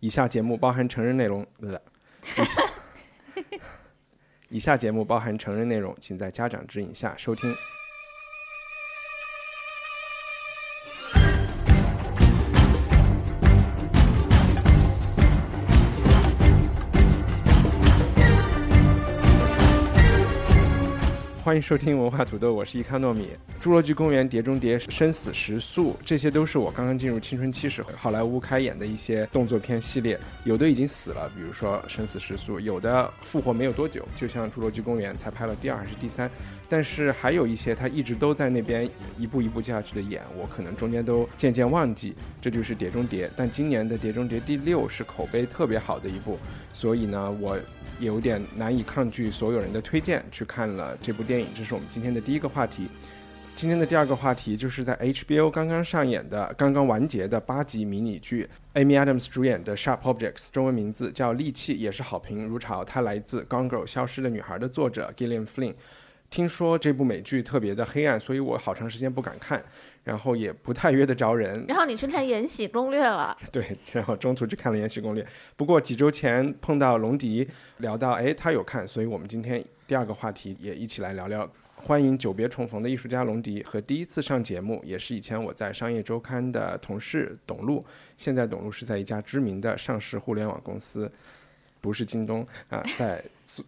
以下节目包含成人内容， 呃，以下以下节目包含成人内容，请在家长指引下收听。欢迎收听文化土豆，我是伊康糯米。《侏罗纪公园》《碟中谍》《生死时速》，这些都是我刚刚进入青春期时候好莱坞开演的一些动作片系列。有的已经死了，比如说《生死时速》；有的复活没有多久，就像《侏罗纪公园》才拍了第二还是第三。但是还有一些他一直都在那边一步一步接下去的演，我可能中间都渐渐忘记。这就是《碟中谍》，但今年的《碟中谍》第六是口碑特别好的一部，所以呢，我有点难以抗拒所有人的推荐去看了这部电影。这是我们今天的第一个话题。今天的第二个话题就是在 HBO 刚刚上演的、刚刚完结的八集迷你剧，Amy Adams 主演的《Sharp Objects》，中文名字叫《利器》，也是好评如潮。它来自《Gone Girl》消失的女孩的作者 Gillian Flynn。听说这部美剧特别的黑暗，所以我好长时间不敢看，然后也不太约得着人。然后你去看《延禧攻略》了， 对，然后中途只看了《延禧攻略》。不过几周前碰到龙迪，聊到哎他有看，所以我们今天第二个话题也一起来聊聊。欢迎久别重逢的艺术家龙迪和第一次上节目，也是以前我在商业周刊的同事董路。现在董路是在一家知名的上市互联网公司，不是京东啊，在做，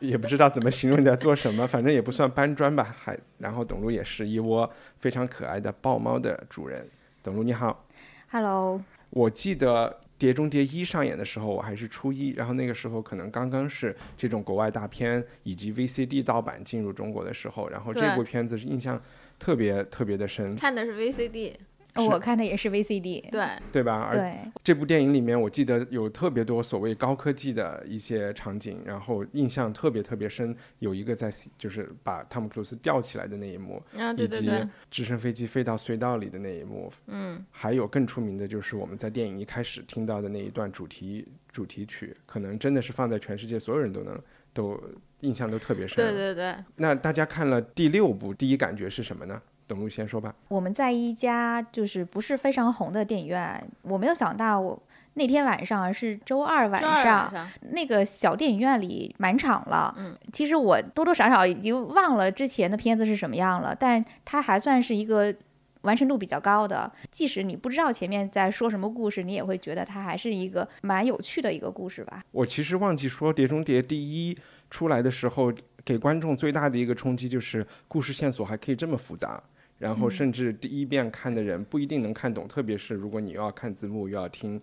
也不知道怎么形容你在做什么，反正也不算搬砖吧。还然后董路也是一窝非常可爱的豹猫的主人。董路你好， Hello，我记得《碟中谍一》上演的时候，我还是初一，然后那个时候可能刚刚是这种国外大片以及 VCD 盗版进入中国的时候，然后这对部片子是印象特别特别的深，看的是 VCD，嗯是呃我看的也是 VCD。对，对吧？而对这部电影里面，我记得有特别多所谓高科技的一些场景，然后印象特别特别深，有一个在就是把汤姆·克鲁斯吊起来的那一幕，啊，对对以对及，直升飞机飞到隧道里的那一幕，嗯，还有更出名的就是我们在电影一开始听到的那一段主题主题曲，可能真的是放在全世界所有人都能都印象都特别深。对对对，那大家看了第六部，第一感觉是什么呢？董路先说吧。我们在一家就是不是非常红的电影院，我没有想到我那天晚上是周二晚周二晚，上上那个小电影院里满场了。嗯，其实我多多少少已经忘了之前的片子是什么样了，但它还算是一个。完成度比较高的，即使你不知道前面在说什么故事，你也会觉得它还是一个蛮有趣的一个故事吧。我其实忘记说，《碟中谍》第一出来的时候，给观众最大的一个冲击就是故事线索还可以这么复杂，然后甚至第一遍看的人不一定能看懂，特别是如果你又要看字幕又要听。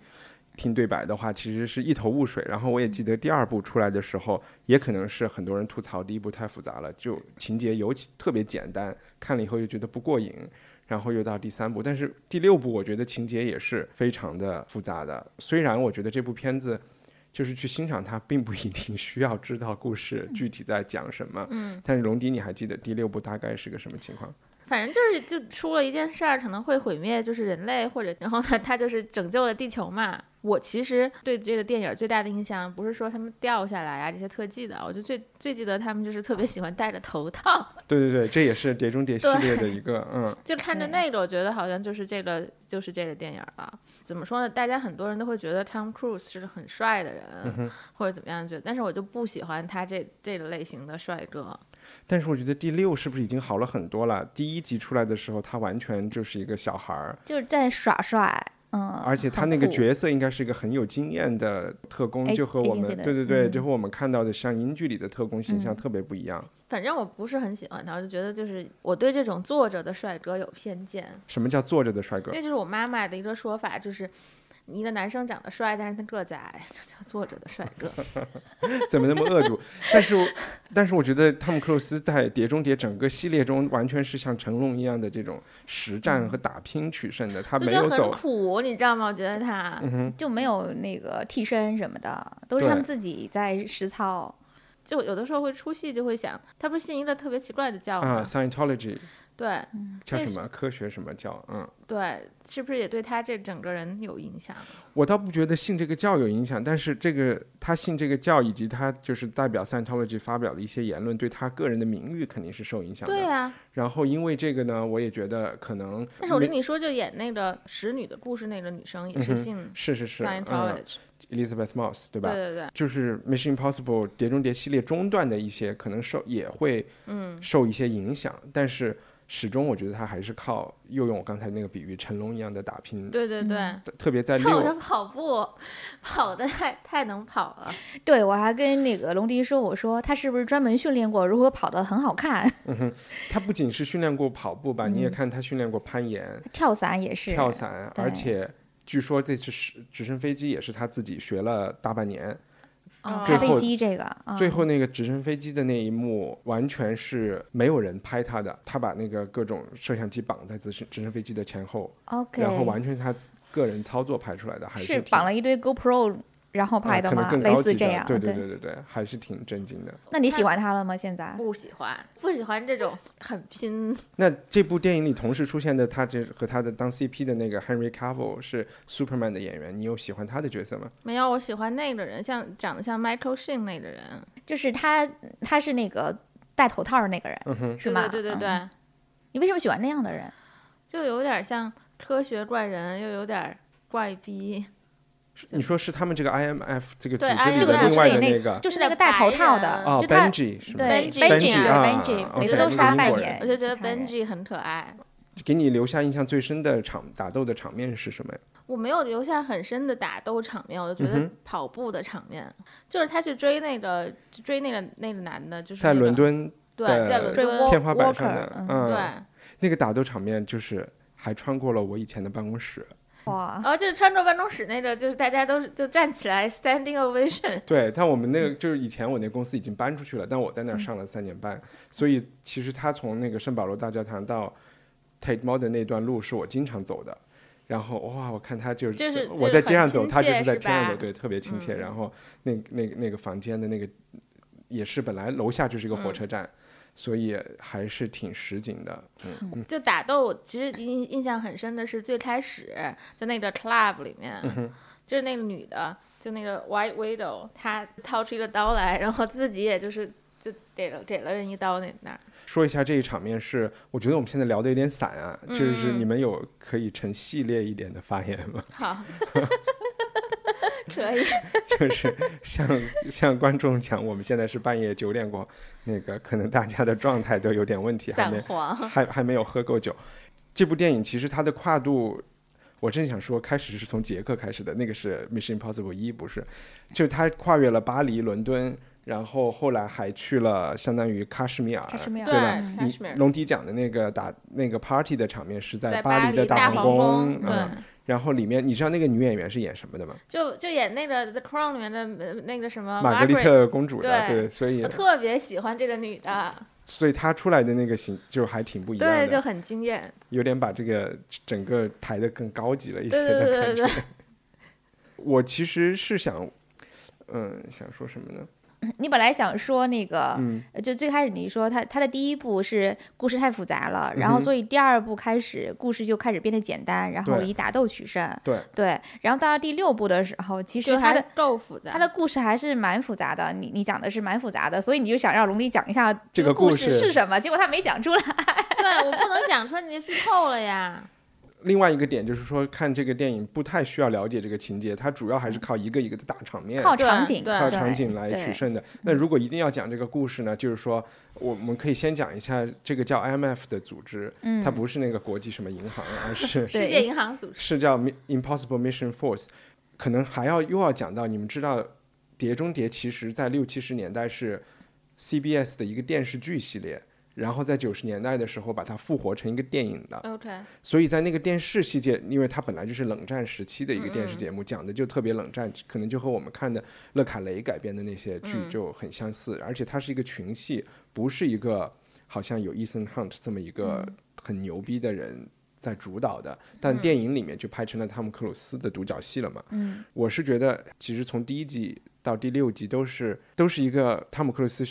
听对白的话，其实是一头雾水。然后我也记得第二部出来的时候，也可能是很多人吐槽第一部太复杂了，就情节尤其特别简单，看了以后又觉得不过瘾。然后又到第三部，但是第六部我觉得情节也是非常的复杂的。虽然我觉得这部片子就是去欣赏它，并不一定需要知道故事嗯具体在讲什么。嗯，但是龙迪，你还记得第六部大概是个什么情况？反正就是就出了一件事儿，可能会毁灭就是人类，或者然后呢，他就是拯救了地球嘛。我其实对这个电影最大的印象，不是说他们掉下来啊这些特技的，我就最最记得他们就是特别喜欢戴着头套，对对对，这也是《碟中谍》系列的一个嗯，就看着对那个，我觉得好像就是这个，就是这个电影了。怎么说呢？大家很多人都会觉得 Tom Cruise 是个很帅的人，嗯或者怎么样觉得，但是我就不喜欢他这这个类型的帅哥。但是我觉得第六是不是已经好了很多了？第一集出来的时候，他完全就是一个小孩儿，就是在耍帅，嗯，而且他很那个酷角色应该是一个很有经验的特工，哎就和我们 agency 的对对对，嗯就和我们看到的像英剧里的特工形象嗯特别不一样。反正我不是很喜欢他，我就觉得就是我对这种坐着的帅哥有偏见，什么叫坐着的帅哥因？为这是我妈妈的一个说法，就是你一个男生长得帅，但是他个子矮， 就叫坐着的帅哥。怎么那么恶毒？但是我，但是我觉得汤姆克鲁斯在《碟中谍》整个系列中，完全是像成龙一样的这种实战和打拼取胜的，他就没嗯觉有得很走。苦，你知道吗？我觉得他嗯哼，就没有那个替身什么的，都是他们对自己在实操。就有的时候会出戏，就会想，他不是信一个特别奇怪的教吗？啊，Scientology 对叫那什是么科学什么教？嗯，对，是不是也对他这整个人有影响？我倒不觉得信这个教有影响，但是这个他信这个教以及他就是代表 Scientology 发表的一些言论，对他个人的名誉肯定是受影响的。对啊呀、然后因为这个呢，我也觉得可能但是我没跟你说，就演那个使女的故事那个女生也嗯是哼信是是是、嗯、 Scientology，、 ，Elizabeth Moss 对吧？对对对，就是 Mission Impossible 碟中谍系列中段的一些可能受也会嗯，受一些影响，但是始终我觉得他还是靠又用我刚才那个比喻成龙一样的打拼，对对对。 嗯特别在跳着六跑步，跑的太太能跑了。对我还跟那个龙迪说，我说他是不是专门训练过如何跑得很好看？ 他不仅是训练过跑步吧，你也看他训练过攀岩、跳伞也是，跳伞，对而且据说这次是直升飞机也是他自己学了大半年，啊，最开飞后机这个，啊最后那个直升飞机的那一幕，完全是没有人拍他的，他把那个各种摄像机绑在直升直升飞机的前后， OK，然后完全是他个人操作拍出来的，还是挺绑了一堆 GoPro 然后拍啊的可能吗？更类高似级这的样，嗯对对对对，还是挺震惊的。那你喜欢他了吗？现在？不喜欢，不喜欢这种很拼。那这部电影里同时出现的他这和他的当 CP 的那个 Henry Cavill 是 Superman 的演员，你有喜欢他的角色吗？没有，我喜欢那个人，像长得像 Michael Sheen 那个人，就是他，他是那个戴头套那个人，嗯哼，啊是吗？对对对对对，嗯你为什么喜欢那样的人？就有点像科学怪人，又有点怪逼。是你说是他们这个 IMF 这个组对织里 IMF 的另外的是那那个就是那那个个戴头套白的，人哦就他 Benji 是吗？对 Benji Benji 啊啊，Benji， ，OK，每次都是他那个扮英国人演，我就觉得其他人 Benji 很可爱。给你留下印象最深的场打斗的场面是什么呀？我没有留下很深的打斗场面，我就觉嗯得哼跑步的场面，就是他去追那个追那个那个男的，就是、那在个、伦敦对，的在伦追敦 Walker，天花板上的，嗯嗯，对，那个打斗场面就是还穿过了我以前的办公室，哇然，后就是穿着办公室那个，就是大家都是就站起来 standing ovation，对，但我们那个就是以前我那公司已经搬出去了，但我嗯在那儿上了三年半，所以其实他从那个圣保罗大教堂到 Tate Modern 那段路是我经常走的。然后哇，我看他就是就是我在街上就是走，很他就是亲切在天上是走，吧对，特别亲切。嗯然后那那那个房间的那个也是本来楼下就是一个嗯火车站，所以还是挺实景的。嗯， 就打斗。其实印印象很深的是最开始在那个 club 里面，嗯就是那个女的，就那个 white widow，她掏出一个刀来，然后自己也就是就给了给了人一刀那那儿。说一下这一场面是，我觉得我们现在聊的有点散啊，就是嗯你们有可以成系列一点的发言吗？好， 可以。就是向向观众讲，我们现在是半夜九点过，那个可能大家的状态都有点问题，还散没黄，还还没有喝够酒。这部电影其实它的跨度，我真想说，开始是从捷克开始的，那个是《Mission Impossible 一》，不是？就是它跨越了巴黎、伦敦，然后后来还去了相当于喀什米尔，他是没有对吧？嗯你 Kashmir 龙迪讲的那个打那个 party 的场面是在在巴黎的大皇宫，嗯对，然后里面你知道那个女演员是演什么的吗？就就演那个《The Crown》里面的呃那个什么玛格丽 Margaret 特公主的，对对，所以我特别喜欢这个女的，所以她出来的那个形就还挺不一对，样就的，很惊艳，有点把这个整个抬得更高级了一些对的对感觉。对对对，我其实是想，嗯，想说什么呢？你本来想说那个，嗯呃就最开始你说他他的第一部是故事太复杂了，然嗯后哼所以第二部开始故事就开始变得简单，然后对以打斗取胜。对然后到第六部的时候，其实就他还的是够复杂。他的故事还是蛮复杂的。你你讲的是蛮复杂的，所以你就想让龙丽讲一下这个个故事事是什么，结果他没讲出来。对我不能讲出来，你就剧透了呀。另外一个点就是说，看这个电影不太需要了解这个情节，它主要还是靠一个一个的大场面，靠对场嗯景，对靠对场景来对取胜的。那如果一定要讲这个故事呢，就是说，我们可以先讲一下这个叫 IMF 的组织，嗯它不是那个国际什么银行，啊而 是对世界银 行组织，是叫 Mi- Impossible Mission Force，可能还要又要讲到，你们知道，《碟中谍》其实在六七十年代是 CBS 的一个电视剧系列，然后在九十年代的时候把它复活成一个电影的。 OK，嗯所以在那个电视系界，因为它本来就是冷战时期的一个电视节目，讲的就特别冷战，可能就和我们看的勒卡雷改编的那些剧就很相似。而且它是一个群戏，不是一个好像有 Ethan Hunt 这么一个很牛逼的人在主导的，但电影里面就拍成了汤姆克鲁斯的独角戏了嘛。嗯，我是觉得，其实从第一季到第六季都是都是一个汤姆克鲁斯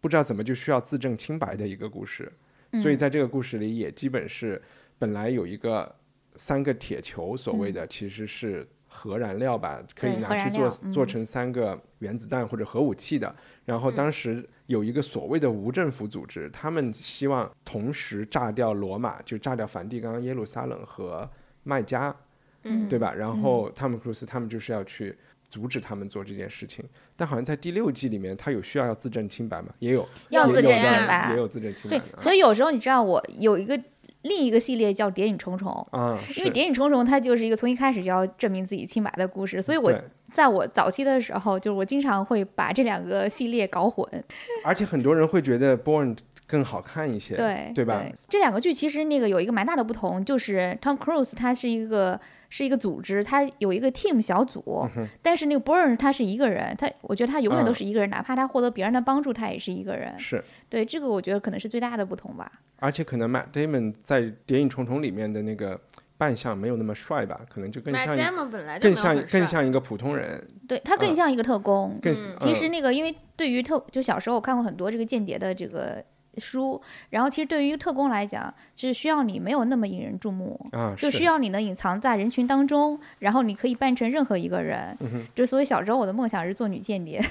不知道怎么就需要自证清白的一个故事，所嗯以在这个故事里也基本是本来有一个三个铁球所谓的其实是核燃料吧，可以嗯对核拿去燃做料嗯做成三个原子弹或者核武器的。然后当时有一个所谓的无政府组织，他们希望同时炸掉罗马，就炸掉梵蒂冈、耶路撒冷和麦加。嗯，对吧？然后汤姆·克鲁斯他们就是要去阻止他们做这件事情，但好像在第六季里面，他有需要要自证清白嘛？也有，要也有自证的清白也有自证清白对的，所以有时候你知道，我有一个另一个系列叫《谍影重重》，啊，因为是《谍影重重》它就是一个从一开始就要证明自己清白的故事，所以我对在我早期的时候，就是我经常会把这两个系列搞混。而且很多人会觉得《Born》更好看一些，对对吧？这两个剧其实那个有一个蛮大的不同，就是 Tom Cruise 他是一个是一个组织，他有一个 team 小组，但是那个 Burn 他是一个人，他我觉得他永远嗯都是一个人，哪怕他获得别人的帮助，他也是一个人。是。对，这个我觉得可能是最大的不同吧。而且可能 Matt Damon 在《谍影重重》里面的那个扮相没有那么帅吧，可能就更 Matt 像一 Damon 本来就更没有像很帅更像一个普通人，对他更嗯像一个特工，更嗯其实嗯那个，因为对于特，就小时候我看过很多这个间谍的这个书，然后其实对于特工来讲，是需要你没有那么引人注目，啊就是需要你能隐藏在人群当中，然后你可以扮成任何一个人。嗯就所以小时候我的梦想是做女间谍。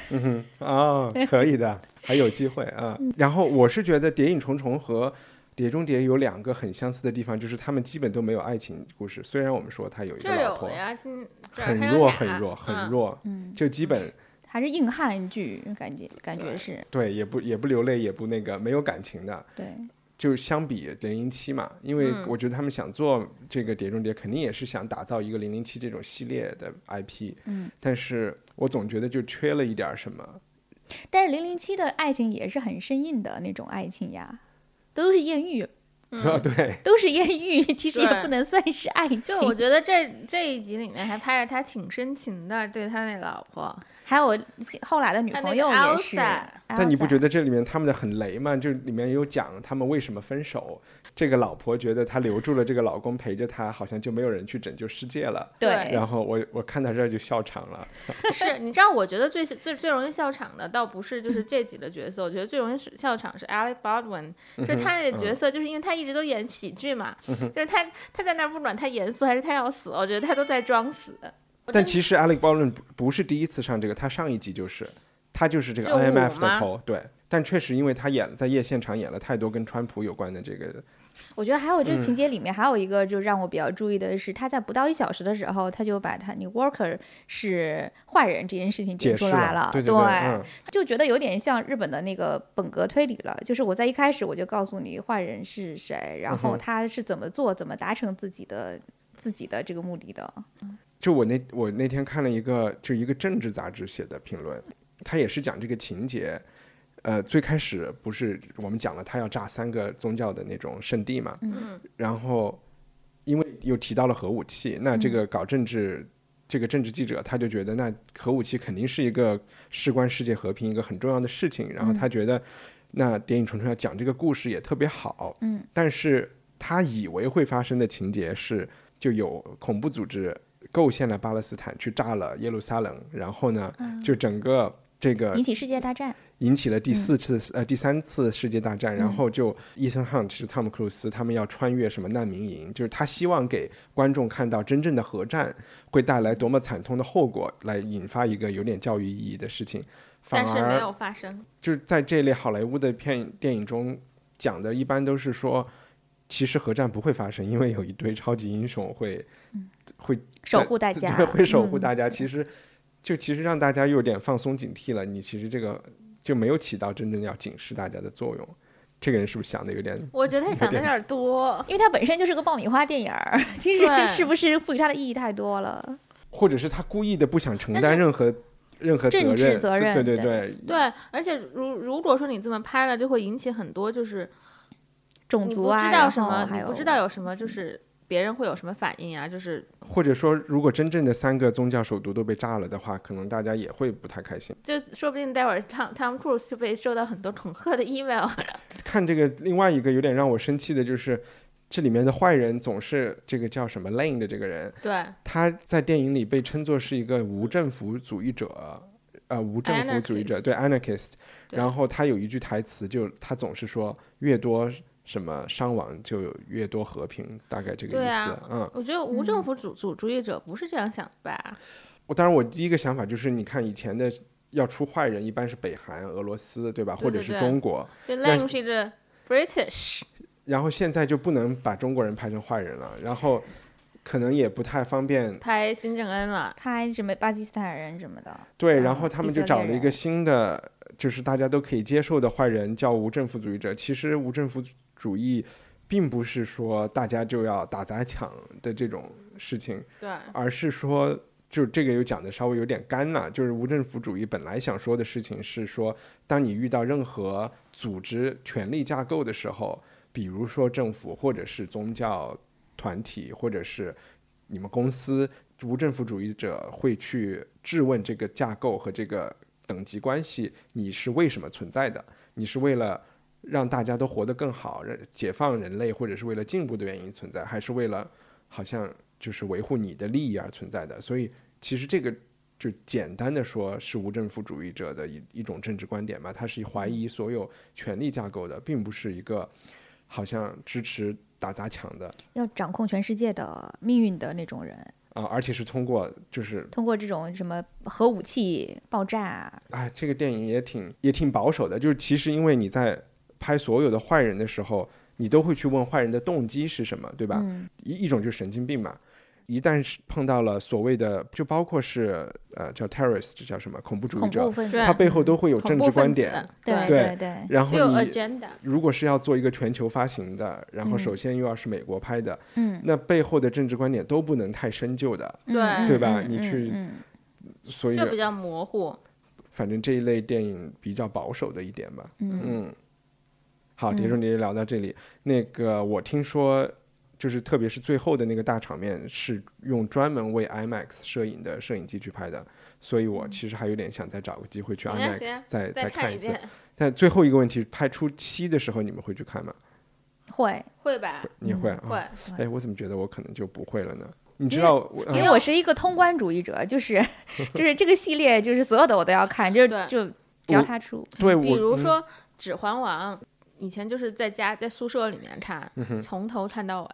哦，可以的，还有机会啊。嗯然后我是觉得《谍影重重》和《碟中谍》有两个很相似的地方，就是他们基本都没有爱情故事。虽然我们说他有一这个儿老有婆了，呀，今这儿很还有弱，俩很弱，很 嗯弱，就基本还是硬汉剧，感觉感觉是对，也不也不流泪，也不那个没有感情的。 对，就相比零零七嘛，因为嗯我觉得他们想做这个《碟中谍》，肯定也是想打造一个零零七这种系列的 IP。嗯，但是我总觉得就缺了一点儿什么。但是零零七的爱情也是很生硬的那种爱情呀，都是艳遇，嗯啊， 对，都是艳遇，其实也对不能算是爱情。就我觉得这这一集里面还拍着他挺深情的，对他那老婆，还有后来的女他那朋个友也是。 Elsa 但你不 Elsa 觉得这里面他们的很雷吗？就里面有讲他们为什么分手，这个老婆觉得她留住了这个老公陪着她，好像就没有人去拯救世界了。对然后我我看到这儿就笑场了。是你知道，我觉得最最最容易笑场的，倒不是就是这几个角色，我觉得最容易是笑场是 Alec Baldwin，就是他那个角色，就是因为他一直都演喜剧嘛，就是他他在那儿不管他严肃还是他要死，我觉得他都在装死。但其实 Alec Baldwin 不不是第一次上这个，他上一集就是，他就是这个热舞 IMF 的吗头，对。但确实，因为他演在夜现场演了太多跟川普有关的这个，我觉得还有这个嗯情节里面还有一个就让我比较注意的是，他在不到一小时的时候，他就把他那个 worker 是坏人这件事情解出释来了对对对对嗯就觉得有点像日本的那个本格推理了。就是我在一开始我就告诉你坏人是谁，嗯然后他是怎么做，怎么达成自己的自己的这个目的的。就我那我那天看了一个，就一个政治杂志写的评论，他也是讲这个情节。呃，最开始不是我们讲了他要炸三个宗教的那种圣地嘛，嗯，然后因为又提到了核武器，那这个搞政治、这个政治记者他就觉得，那核武器肯定是一个事关世界和平一个很重要的事情，然后他觉得那《谍影重重》要讲这个故事也特别好，嗯，但是他以为会发生的情节是，就有恐怖组织构陷了巴勒斯坦，去炸了耶路撒冷，然后呢，就整个这个引起世界大战，引起了嗯第四次、呃第三次世界大战，然后就伊森汉是汤姆克鲁斯他们要穿越什么难民营，就是他希望给观众看到真正的核战会带来多么惨痛的后果，来引发一个有点教育意义的事情，反但是没而有发生。就是在这类好莱坞的片电影中讲的，一般都是说其实核战不会发生，因为有一堆超级英雄会会守护大家对，会守护嗯大家。其实就其实让大家有点放松警惕了，你其实这个就没有起到真正要警示大家的作用。这个人是不是想的有点？我觉得他想的有点多，因为它本身就是个爆米花电影儿，其实对是不是赋予它的意义太多了？或者是他故意的不想承但担是任何任何责政任，治责任对对对对，对，而且如如果说你这么拍了，就会引起很多就是种你族不啊，知道然什后么，还你有不知道有什么就是别人会有什么反应啊，就是或者说如果真正的三个宗教首都都被炸了的话，可能大家也会不太开心。就说不定待会儿汤汤姆克鲁斯就被收到很多恐吓的 email，看这个另外一个有点让我生气的就是。这里面的坏人总是这个叫什么 Lane 的这个人，对，他在电影里被称作是一个无政府主义者，呃，无政府主义者 Anarchist 对 anarchist。对然后他有一句台词就，他总是说越多什么伤亡就有越多和平，大概这个意对思。啊嗯，我觉得无政府主主主义者不是这样想的吧？我当然我第一个想法就是，你看以前的要出坏人，一般是北韩、俄罗斯，对吧？对或者对是对中国。就那 Lang 是一个 British，然后现在就不能把中国人拍成坏人了，然后可能也不太方便拍金正恩了，拍什么巴基斯坦人什么的，对，嗯然后他以们就色列找了一个人新的，就是大家都可以接受的坏人，叫无政府主义者。其实无政府主义并不是说大家就要打砸抢的这种事情，对，而是说。就这个又讲的稍微有点干了，就是无政府主义本来想说的事情是说，当你遇到任何组织权力架构的时候，比如说政府或者是宗教团体或者是你们公司，无政府主义者会去质问这个架构和这个等级关系，你是为什么存在的？你是为了让大家都活得更好，让解放人类，或者是为了进步的原因存在，还是为了好像就是维护你的利益而存在的？所以其实这个。就简单的说，是无政府主义者的一一种政治观点嘛，它是怀疑所有权力架构的，并不是一个好像支持打砸抢的要掌控全世界的命运的那种人，啊、而且是通过就是通过这种什么核武器爆炸，啊哎，这个电影也挺也挺保守的，就是其实因为你在拍所有的坏人的时候，你都会去问坏人的动机是什么，对吧？嗯，一一种就是神经病嘛。一旦是碰到了所谓的，就包括是呃叫 terrorist，这叫什么恐怖主义恐怖者，分子对，他背后都会有恐政怖治观分子点。，对对对对，然就有后你 agenda，如果是要做一个全球发行的，然嗯后首先又要是美国拍的，嗯，那背后的政治观点都不能太深究的，嗯对嗯对吧嗯你嗯去嗯所以就比较模糊。反正这一类电影比较保守的一点吧。嗯嗯，好，嗯碟中谍就聊到这里。那个我听说，就是特别是最后的那个大场面是用专门为 IMAX 摄影的摄影机去拍的，所以我其实还有点想再找个机会去嗯行啊行 IMAX 啊再再看一次。遍，但最后一个问题，拍出七的时候你们会去看吗？会，会吧？你会啊？会，哎，我怎么觉得我可能就不会了呢？你知因为道我，因为我是一个通关主义者，就是 就是这个系列，就是所有的我都要看，就是对就只要我他出，对我，比如嗯说《指环王》，以前就是在家在宿舍里面看，嗯从头看到尾，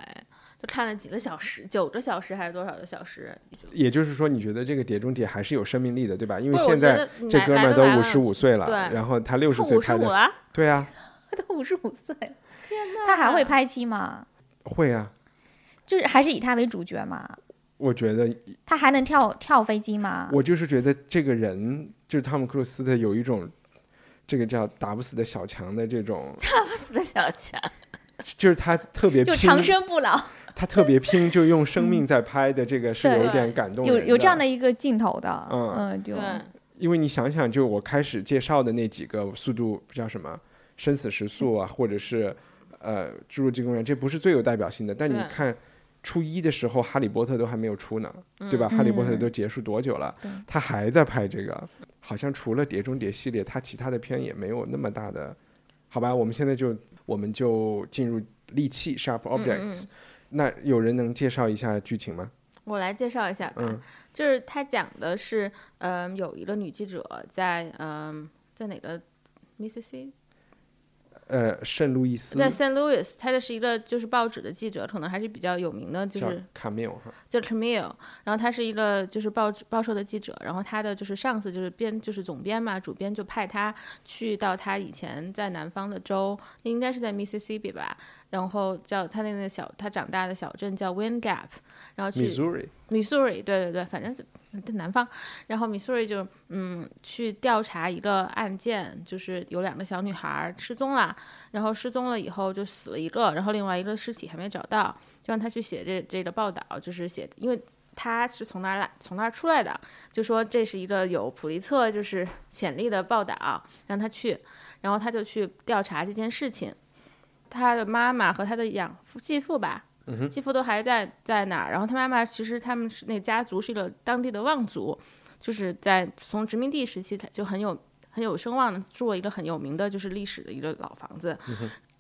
就看了几个小时，九个小时还是多少个小时？也就是说，你觉得这个《碟中谍》还是有生命力的，对吧？因为不是我现觉在得你这来哥们儿来来都五了十五岁了，对然后他六十快岁五十拍五的，了，对啊，他都五十五岁了，天哪！他还会拍七吗？会啊，就是还是以他为主角嘛？我觉得，他还能跳跳飞机吗？我就是觉得这个人，就是汤姆克鲁斯的有一种，这个叫打不死的小强的这种，死的小强，就是他特别就拼，长生不老，他特别拼，就用生命在拍的这个是有一点感动有人有这样的，一个镜头的，嗯嗯，就对，因为你想想，就我开始介绍的那几个速度叫什么生死时速嗯啊，或者是呃侏罗纪公园，这不是最有代表性的，但你对看。初一的时候，《哈利波特》都还没有出呢，嗯对吧？哈利波特》都结束多久了？对他还在拍这个，好像除了《碟中谍》系列，他其他的片也没有那么大的。好吧，我们现在就我们就进入利器 Sharp 嗯 Objects。那有人能介绍一下剧情吗？我来介绍一下吧。嗯就是他讲的是，嗯、有一个女记者在，嗯、在哪个 Mississippi 呃，圣路易斯在 St. Louis，他就是一个就是报纸的记者，可能还是比较有名的，就叫是卡缪哈，叫 Camille。然后他是一个就是报纸报社的记者，然后他的就是上司就是编就是总编嘛，主编就派他去到他以前在南方的州，那应该是在 Mississippi 吧，然后叫他那个小他长大的小镇叫 Wind Gap，然后去密苏里。 Missouri，对对对，反正就在南方。然后 Missouri 就嗯去调查一个案件，就是有两个小女孩儿失踪了，然后失踪了以后就死了一个，然后另外一个尸体还没找到，就让他去写这这个报道，就是写因为。他是从哪儿来，从哪儿出来的，就说这是一个有普利策就是潜力的报道，让他去，然后他就去调查这件事情。他的妈妈和他的养父、继父吧，继父都还在在哪儿。然后他妈妈其实他们是那家族是一个当地的望族，就是在从殖民地时期他就很有很有声望的，住了一个很有名的就是历史的一个老房子。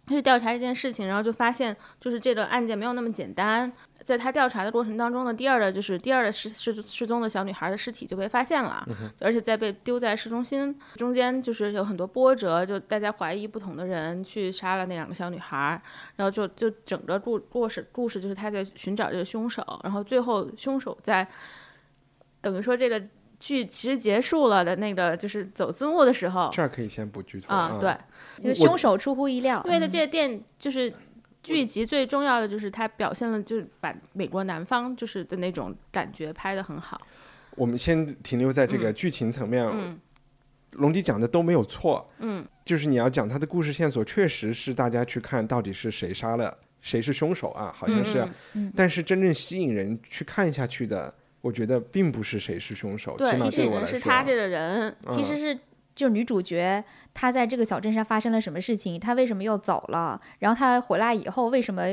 他去调查这件事情，然后就发现就是这个案件没有那么简单。在他调查的过程当中呢，第二个就是第二个失失失踪的小女孩的尸体就被发现了，嗯而且在被丢在市中心中间，就是有很多波折，就大家怀疑不同的人去杀了那两个小女孩，然后就就整个故故事故事就是他在寻找这个凶手，然后最后凶手在等于说这个剧其实结束了的那个就是走字幕的时候这儿嗯可以先不剧透啊、对，就是我凶手出乎意料，因为呢，这个电就是剧集最重要的就是它表现了，就是把美国南方就是的那种感觉拍得很好。我们先停留在这个剧情层面，嗯，龙迪讲的都没有错，嗯，就是你要讲他的故事线索，确实是大家去看到底是谁杀了谁是凶手啊，好像是，嗯但是真正吸引人去看下去的，我觉得并不是谁是凶手，对，起码吸对引我来人说，是他这个人，嗯其实是就女主角她在这个小镇上发生了什么事情，她为什么又走了，然后她回来以后为什么？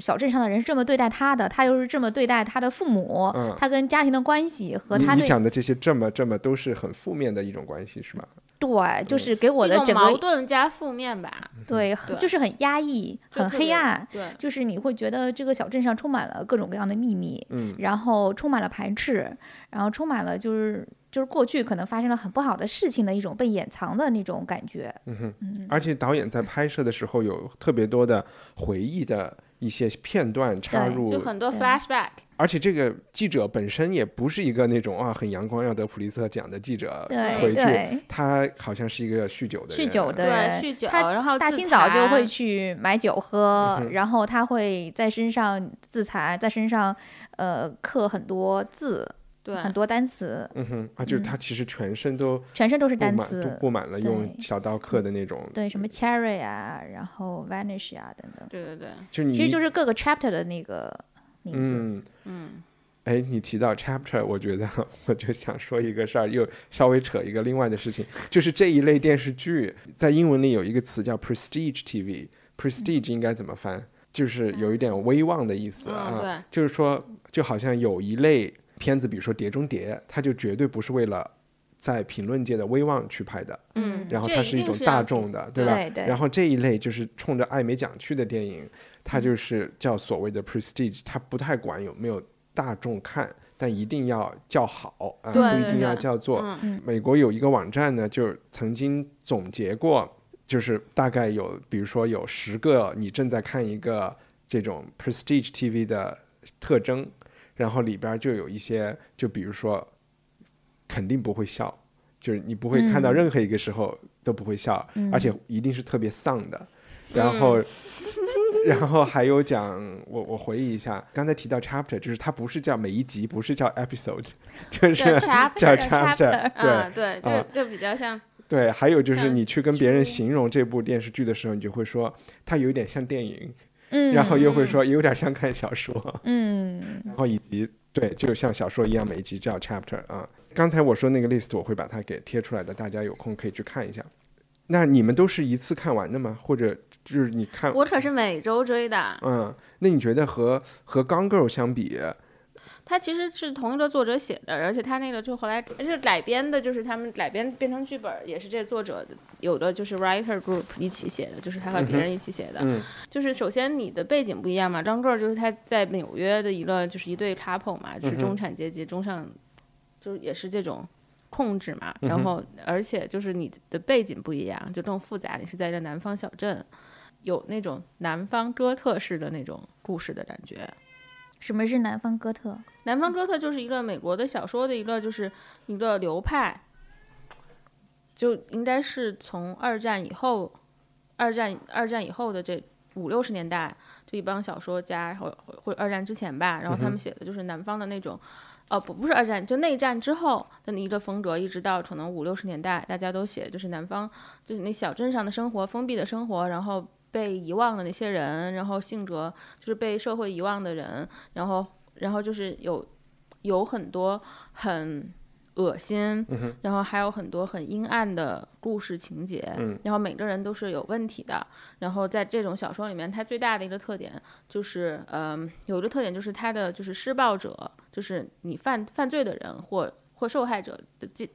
小镇上的人是这么对待她的，她又是这么对待她的父母，嗯她跟家庭的关系和你她你对讲的这些这么这么都是很负面的一种关系，是吧？嗯对，就是给我这的种整矛个盾加负面吧，对，对就是很压抑，就很特黑别暗，对，就是你会觉得这个小镇上充满了各种各样的秘密，嗯，然后充满了排斥，然后充满了就是就是过去可能发生了很不好的事情的一种被掩藏的那种感觉。嗯嗯而且导演在拍摄的时候有特别多的回忆的一些片段插对入就，很多对 flashback。而且这个记者本身也不是一个那种啊很阳光要得普利策奖的记者，对回去对，他好像是一个酗酒的人啊酗酒的对，人酗酒，他然后大自清早就残会去买酒喝嗯，哼然后他会在身上自残，在身上呃刻很多字，对，很多单词，嗯哼啊，就是他其实全身都全身都是布单满都词。布满了用对小刀刻的那种，对，什么 cherry 啊，然后 vanish 啊等等，对对对，就你其实就是各个 chapter 的那个名字。嗯。嗯，哎，你提到 chapter，我觉得我就想说一个事儿，又稍微扯一个另外的事情，就是这一类电视剧在英文里有一个词叫 prestige 嗯 TV，prestige 应该怎么翻？就是有啊一点威望的意思啊，嗯就是说，就好像有一类片子，比如说《碟中谍》，它就绝对不是为了在评论界的威望去拍的，嗯然后这它一是一定种是大要众去的，对吧？对对然后这一类就是冲着艾美奖去的电影，它就是叫所谓的 prestige，它不太管有没有大众看，但一定要叫好啊，对不对一定要对叫做。 嗯美国有一个网站呢，就曾经总结过，就是大概有，比如说有十个你正在看一个这种 prestige TV 的特征，然后里边就有一些，就比如说肯定不会笑，就是你不会看到任何一个时候都不会笑，而且一定是特别丧的。然后， 然后还有讲，我我回忆一下，刚才提到 chapter，就是它不是叫每一集，不是叫 episode，就是 叫 chapter，叫叫 chapter， chapter，对啊对，啊就就比较像对。还有就是像你去跟别人书形容这部电视剧的时候，你就会说它有一点像电影，嗯，然后又会说有点像看小说。嗯，然后以及对，就像小说一样，每一集叫 chapter 啊。刚才我说那个 list，我会把它给贴出来的，大家有空可以去看一下。那你们都是一次看完的吗？或者就是你看，我可是每周追的，嗯，那你觉得和和《Gone Girl》相比，它其实是同一个作者写的，而且他那个就后来而且改编的，就是他们改编变成剧本，也是这作者有的就是 writer group 一起写的，就是他和别人一起写的。嗯就是首先你的背景不一样嘛，张个儿就是他在纽约的一个就是一对 couple 嘛，是中产阶级中上，就是也是这种。控制嘛，然后而且就是你的背景不一样，就更复杂。你是在这南方小镇，有那种南方哥特式的那种故事的感觉。什么是南方哥特？南方哥特就是一个美国的小说的一个就是一个流派，就应该是从二战以后，二战二战以后的这五六十年代，这一帮小说家或或或者二战之前吧，然后他们写的就是南方的那种，哦不不是二战，就内战之后的一个风格，一直到可能五六十年代，大家都写就是南方就是那小镇上的生活，封闭的生活，然后被遗忘的那些人，然后性格就是被社会遗忘的人，然后然后就是有有很多很恶心，嗯哼然后还有很多很阴暗的故事情节，嗯然后每个人都是有问题的。然后在这种小说里面，它最大的一个特点就是，嗯、有一个特点就是它的就是施暴者，就是你犯犯罪的人或或受害者的界，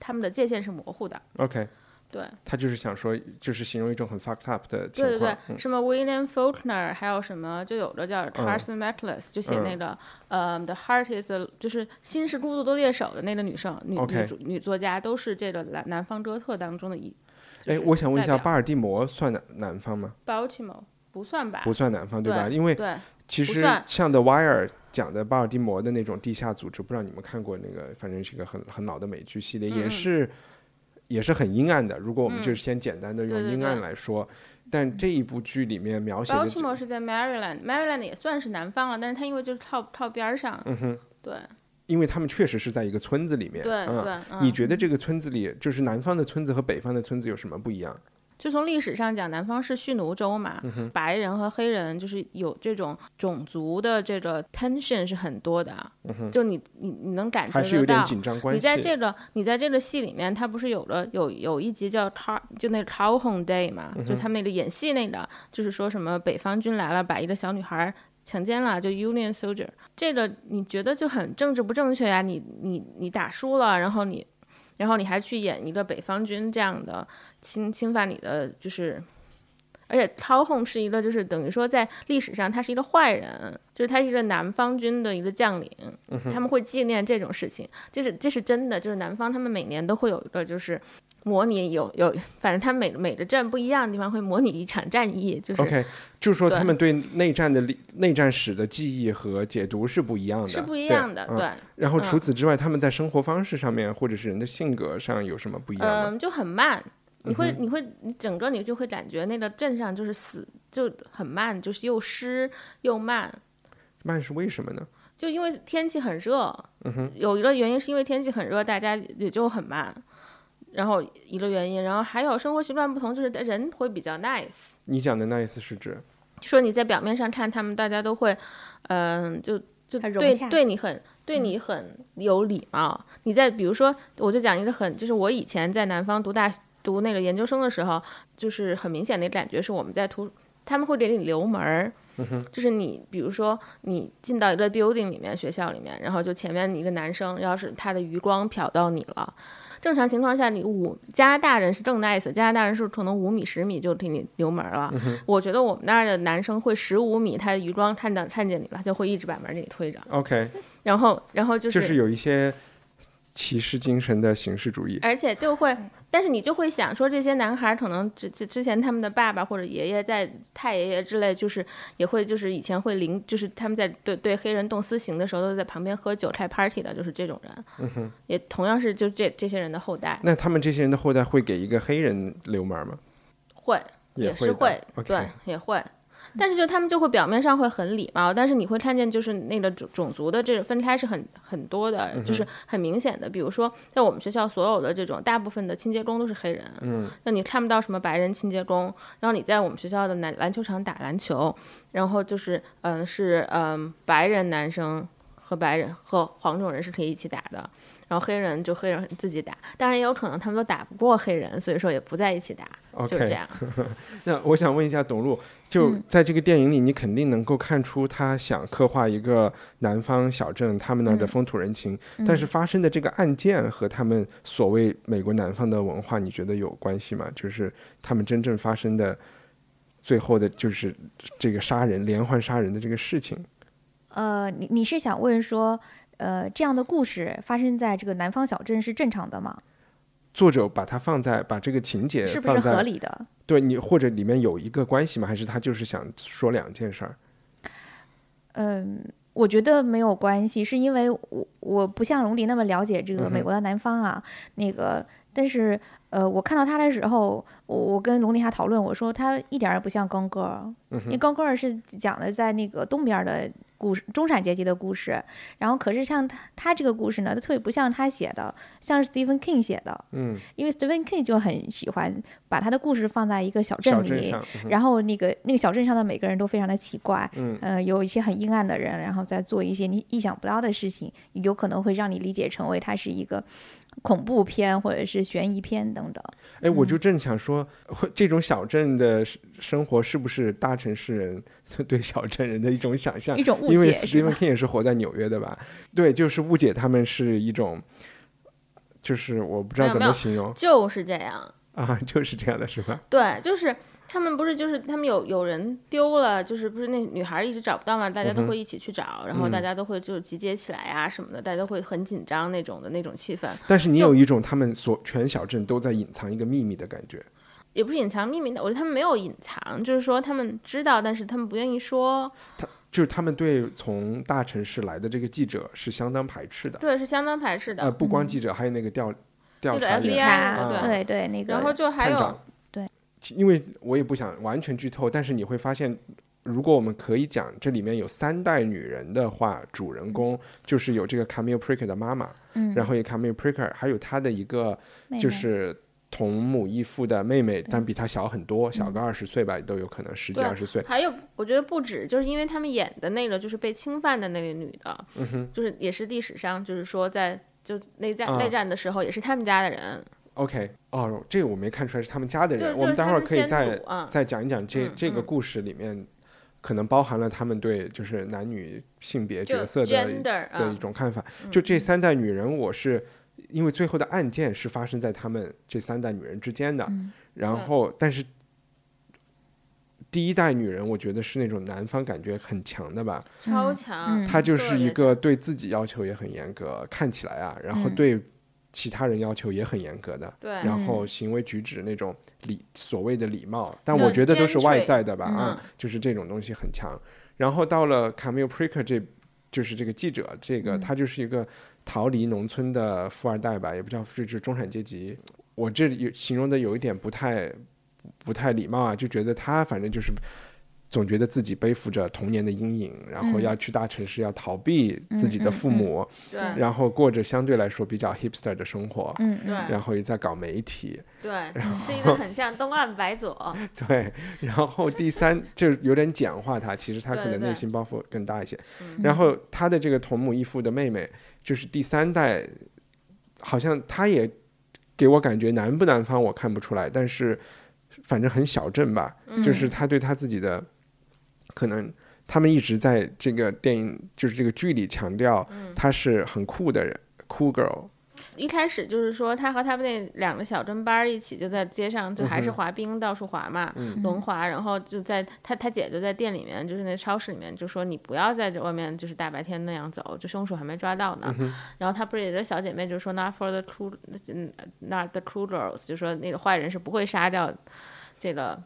他们的界限是模糊的。 OK，对，他就是想说，就是形容一种很 fucked up 的情对对况。对，嗯什么 William Faulkner，还有什么就有的叫 Carson Matless，、就嗯写那个呃、The Heart is a, 就是心是孤独的猎手的那个女生女 OK 女主女作家，都是这个南南方哥特当中的一。哎、就是我想问一下，代表巴尔的摩算南南方吗？ Baltimore 不算吧？不算南方，对吧？对因为对，其不实算像 The Wire 讲的巴尔的摩的那种地下组织，不知道你们看过那个，反正是一个很很老的美剧系列，嗯也是也是很阴暗的。如果我们就是先简单的用对对阴暗对来说，但这一部剧里面描写的这 Baltimore 是在 Maryland，Maryland 也算是南方了，但是它因为就是靠靠边儿上，嗯哼，对因为他们确实是在一个村子里面，对嗯对，嗯你觉得这个村子里，就是南方的村子和北方的村子有什么不一样？就从历史上讲，南方是蓄奴州嘛，嗯白人和黑人就是有这种种族的这个 tension 是很多的，啊就你你你能感觉嗯还是得有点到。紧张关你系？在这个你在这个戏里面，他不是有了有有一集叫 Car 就那 Cow Home Day 嘛，嗯就他们那个演戏那个，就是说什么北方军来了，把一个小女孩强奸了，就 Union Soldier。这个你觉得就很政治不正确呀、你你你打输了，然后你然后你还去演一个北方军这样的侵侵犯你的，就是，而且 Tao Home 是一个就是等于说在历史上他是一个坏人，就是他是一个南方军的一个将领，他们会纪念这种事情，这是这是真的，就是南方他们每年都会有一个就是。模拟有有，反正他每每个镇不一样的地方会模拟一场战役，就是 OK，就是说对他们对内战的历内战史的记忆和解读是不一样的，是不一对样的，嗯对，然后除嗯此之外，他们在生活方式上面，或者是人的性格上有什么不一样吗？嗯，就很慢。你会，你会，你整个你就会感觉那个镇上就是死，就很慢，就是又湿又慢，慢是为什么呢？就因为天气很热。有一个原因是因为天气很热，大家也就很慢。然后一个原因，然后还有生活习惯不同，就是人会比较 nice。你讲的 nice 是指说你在表面上看他们，大家都会，嗯、就就很融对洽嗯对你很对你很有礼貌。你在比如说，我就讲一个很，就是我以前在南方读大读那个研究生的时候，就是很明显的感觉是我们在图，他们会给你留门儿。就是你，比如说你进到一个 building 里面，学校里面，然后就前面一个男生，要是他的余光瞟到你了，正常情况下你五加拿大人是更 nice，加拿大人是可能五米十米就给你留门了。我觉得我们那儿的男生会十五米，他的余光看到看见你了，就会一直把门给你推着。 OK，然后，然后就是，就是有一些骑士精神的形式主义。而且就会，但是你就会想说，这些男孩儿可能之之之前他们的爸爸或者爷爷在太爷爷之类，就是也会就是以前会领，就是他们在对对黑人动私刑的时候，都是在旁边喝酒开 party 的，就是这种人。也同样是就这这些人的后代，那他们这些人的后代会给一个黑人留门吗？会也也是会会的，OK 对，也会。但是就他们就会表面上会很礼貌，但是你会看见就是那个种种族的这种分开是很很多的，嗯就是很明显的。比如说在我们学校所有的这种大部分的清洁工都是黑人，嗯，那你看不到什么白人清洁工。然后你在我们学校的篮篮球场打篮球，然后就是嗯是嗯白人男生和白人和黄种人是可以一起打的。然后黑人就黑人自己打，当然也有可能他们都打不过黑人，所以说也不在一起打就是这 OK，样。那我想问一下董路，就嗯在这个电影里，你肯定能够看出他想刻画一个南方小镇他们那儿嗯的风土人情，但是发生的这个案件和他们所谓美国南方的文化，你觉得有关系吗？就是他们真正发生的最后的就是这个杀人连环杀人的这个事情。呃，你你是想问说，呃，这样的故事发生在这个南方小镇是正常的吗？作者把它放在把这个情节是不放是在合理的？对你或者里面有一个关系吗？还是他就是想说两件事儿？嗯，我觉得没有关系，是因为我我不像龙迪那么了解嗯这个美国的南方啊，那个，但是呃，我看到他的时候，我我跟龙迪还讨嗯论，我说他一点儿也不像刚哥，因为刚哥是讲的在那个东边儿的故事，中产阶级的故事。然后，可是像他他这个故事呢，它特别不像他写的，像是 Stephen King 写的，嗯，因为 Stephen King 就很喜欢把他的故事放在一个小小镇镇里，上，嗯然后那个那个小镇上的每个人都非常的奇怪，嗯呃，有一些很阴暗的人，然后再做一些你意想不到的事情，有可能会让你理解成为它是一个恐怖片或者是悬疑片等等。哎，我嗯就正想说，会这种小镇的生生活是不是大城市人 对小镇人的一种想象一？种误因为解是 Stephen 吧？ King 也是活在纽约的吧？对，就是误解他们是一种，就是我不知道没有怎没么有形容就是这样。啊， 就是这样的是吧？对，就是他们不是就是他们有有人丢了，就是不是那女孩一直找不到嘛，大家嗯都哼会一起去找，然后大嗯家都会就集结起来啊什么的，大家都会很紧张那种的那种气氛，但是你就有一种他们所全小镇都在隐藏一个秘密的感觉。也不是隐藏秘密的，我觉得他们没有隐藏，就是说他们知道，但是他们不愿意说，就是他们对从大城市来的这个记者是相当排斥的，对，是相当排斥的。嗯呃，不光记者，还有那个调调那个查警员、 FBI 察啊那个对对，那个然后就还探有长。对，因为我也不想完全剧透，但是你会发现，如果我们可以讲这里面有三代女人的话，主人公嗯就是有这个 Camille Pricker 的妈妈，嗯，然后有 Camille Pricker，还有她的一个妹妹就是同母异父的妹妹，但比她小很多，小个二十岁吧，都有可能十几嗯对二十岁。还有，我觉得不止，就是因为他们演的那个就是被侵犯的那个女的，嗯就是也是历史上，就是说在就内战、啊内战的时候，也是他们家的人， OK，哦，这个我没看出来是他们家的就人，是我们待会儿可以就再是他们先祖啊，再讲一讲这嗯这个嗯故事里面，可能包含了他们对就是男女性别就角色的 gender 嗯的啊一，种看法。就这三代女人，我是因为最后的案件是发生在他们这三代女人之间的，嗯然后但是第一代女人，我觉得是那种男方感觉很强的吧，超强，嗯她就特是别一个对自己要求也很严格，看起来啊，然后嗯对其他人要求也很严格的。对，然嗯后行为举止那种礼所谓的礼貌，但就我觉得都是 gentry，外在的吧，嗯啊，就是这种东西很强。然后到了 Camille Pricker 这，就是这个记者，这嗯个他就是一个逃离农村的富二代吧，也不叫就是中产阶级。我这里有形容的有一点不太不太礼貌啊，就觉得他反正就是。总觉得自己背负着童年的阴影，然后嗯要去大城市，要逃避自己的嗯嗯父嗯母，对然后过着相对来说比较 hipster 的生活，嗯嗯对然后也在搞媒体， 对，是一个很像东岸白左，对，然后第三就是有点简化他，其实他可对能对内心包袱更大一些。然后他的这个同母异父的妹妹，就是第三代，好像他也给我感觉南不南方我看不出来，但是反正很小镇吧，嗯就是他对他自己的可能。他们一直在这个电影，就是这个剧里强调，他是很酷的人、c o o l girl，一开始就是说，他和他们那两个小跟班儿一起就在街上，就还是滑冰，到处滑嘛，轮滑。然后就在他他姐就在店里面，就是那超市里面，就说你不要在这外面就是大白天那样走，就凶手还没抓到呢。然后他不是有个小姐妹就说 not for the cool，嗯，not the cool girls，就说那个坏人是不会杀掉这个。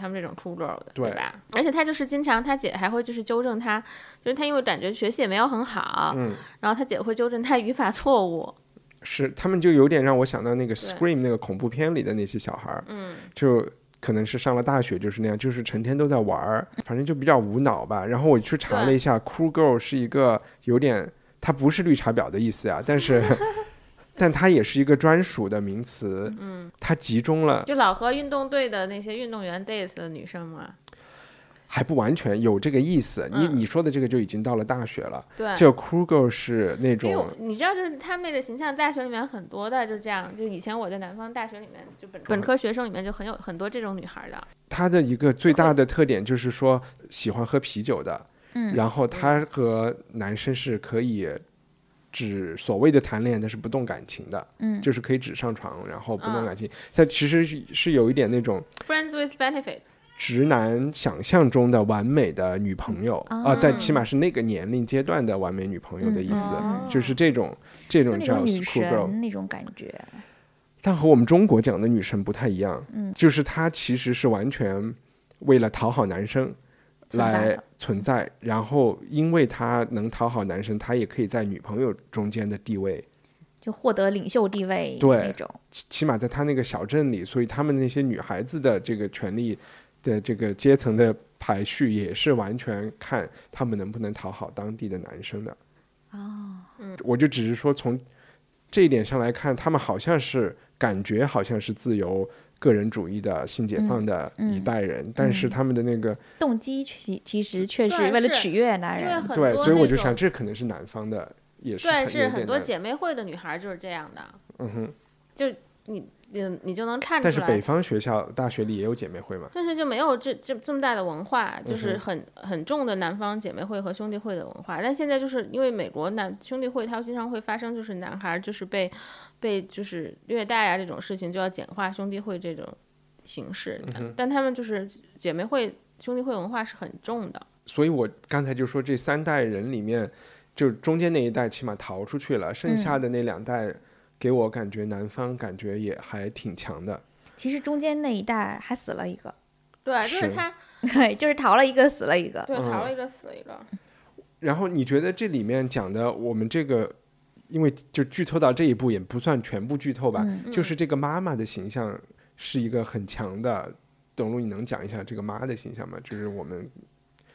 他们这种 cool girl 的，对对吧？而且他就是经常，他姐还会就是纠正他，就是他因为感觉学习也没有很好，然后他姐会纠正他语法错误，是，他们就有点让我想到那个《对 Scream》那个恐怖片里的那些小孩儿，嗯，就可能是上了大学就是那样，就是成天都在玩儿，反正就比较无脑吧。然后我去查了一下，“cool girl” 是一个有点，它不是绿茶婊的意思呀，但 是，但它也是一个专属的名词，嗯，它集中了就老和运动队的那些运动员 date 的女生嘛，还不完全有这个意思。你嗯你说的这个就已经到了大学了，对，这 “cool girl” 是那因为种我你知道，就是他们那个形象，大学里面很多的就这样，就以前我在南方大学里面，就本本科学生里面就很有很多这种女孩的，他的一个最大的特点就是说喜欢喝啤酒的，嗯然后他和男生是可以只所谓的谈恋爱，但是不动感情的，嗯啊就是可以只上床，然后不动嗯感情。他其实是是有一点那种 friends with benefits，直男想象中的完美的女朋友啊、嗯在起码是那个年龄阶段的完美女朋友的意思，嗯嗯就是这种这哦就种那叫种女 cool girl。神那种感觉，但和我们中国讲的女神不太一样，嗯就是她其实是完全为了讨好男生存在来的存在，然后因为她能讨好男生，她也可以在女朋友中间的地位，就获得领袖地位对那种。起起码在她那个小镇里，所以他们那些女孩子的这个权利的这个阶层的排序也是完全看他们能不能讨好当地的男生的。哦，我就只是说从这一点上来看，他们好像是感觉好像是自由、个人主义的性解放的嗯一代人，但是他们的那个、动机其其实却是对为了是取悦男因为人。很多对，所以我就那想种这可能是南方的，也是对，是有很点多难。姐妹会的女孩儿就是这样的，嗯哼，你你就能看但出是来北。方学校大学里也有姐妹会嘛？但是就没有这这这么大的文化，就是嗯哼很很重的南方姐妹会和兄弟会的文化。但现在就是因为美国男兄弟会，它经常会发生就是男孩儿就是被被就是虐待啊这种事情，就要简化兄弟会这种形式。嗯但他们就是姐妹会、兄弟会文化是很重的。所以我刚才就说这三代人里面，就中间那一代起码逃出去了，剩嗯下的那两代给我感觉南方感觉也还挺强的。其实中间那一代还死了一个， 对，啊就是是他对，就是逃了一个，死了一个。对嗯逃了一个死一个。然后你觉得这里面讲的我们这个，因为就剧透到这一步也不算全部剧透吧，嗯就是这个妈妈的形象是一个很强的。董路，你能讲一下这个妈的形象吗？就是我们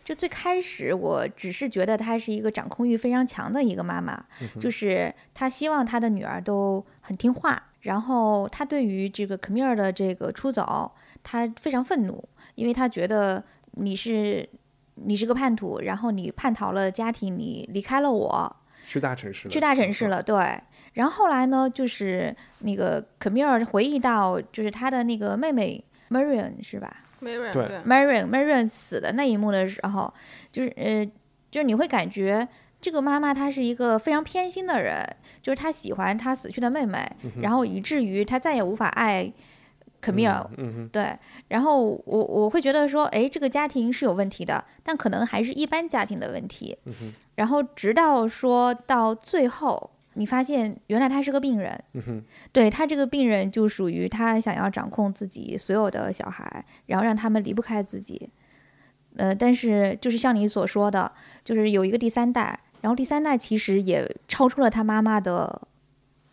就最开始我只是觉得她是一个掌控欲非常强的一个妈妈，就是她希望她的女儿都很听话。然后她对于这个 c a m i l 的这个出走，她非常愤怒，因为她觉得你是你是个叛徒，然后你叛逃了家庭，你离开了我，去大城市了，嗯去大城市了，对。然后后来呢，就是那个 c a m i l 回忆到，就是她的那个妹妹 Marion 是吧？没人对对 Marion Marion 死的那一幕的时候，就是呃，就是你会感觉这个妈妈她是一个非常偏心的人，就是她喜欢她死去的妹妹，嗯然后以至于她再也无法爱可米尔。嗯哼，对，然后我我会觉得说，哎，这个家庭是有问题的，但可能还是一般家庭的问题。嗯哼，然后直到说到最后，你发现原来他是个病人，嗯哼，对他这个病人就属于他想要掌控自己所有的小孩，然后让他们离不开自己。呃，但是就是像你所说的，就是有一个第三代，然后第三代其实也超出了他妈妈的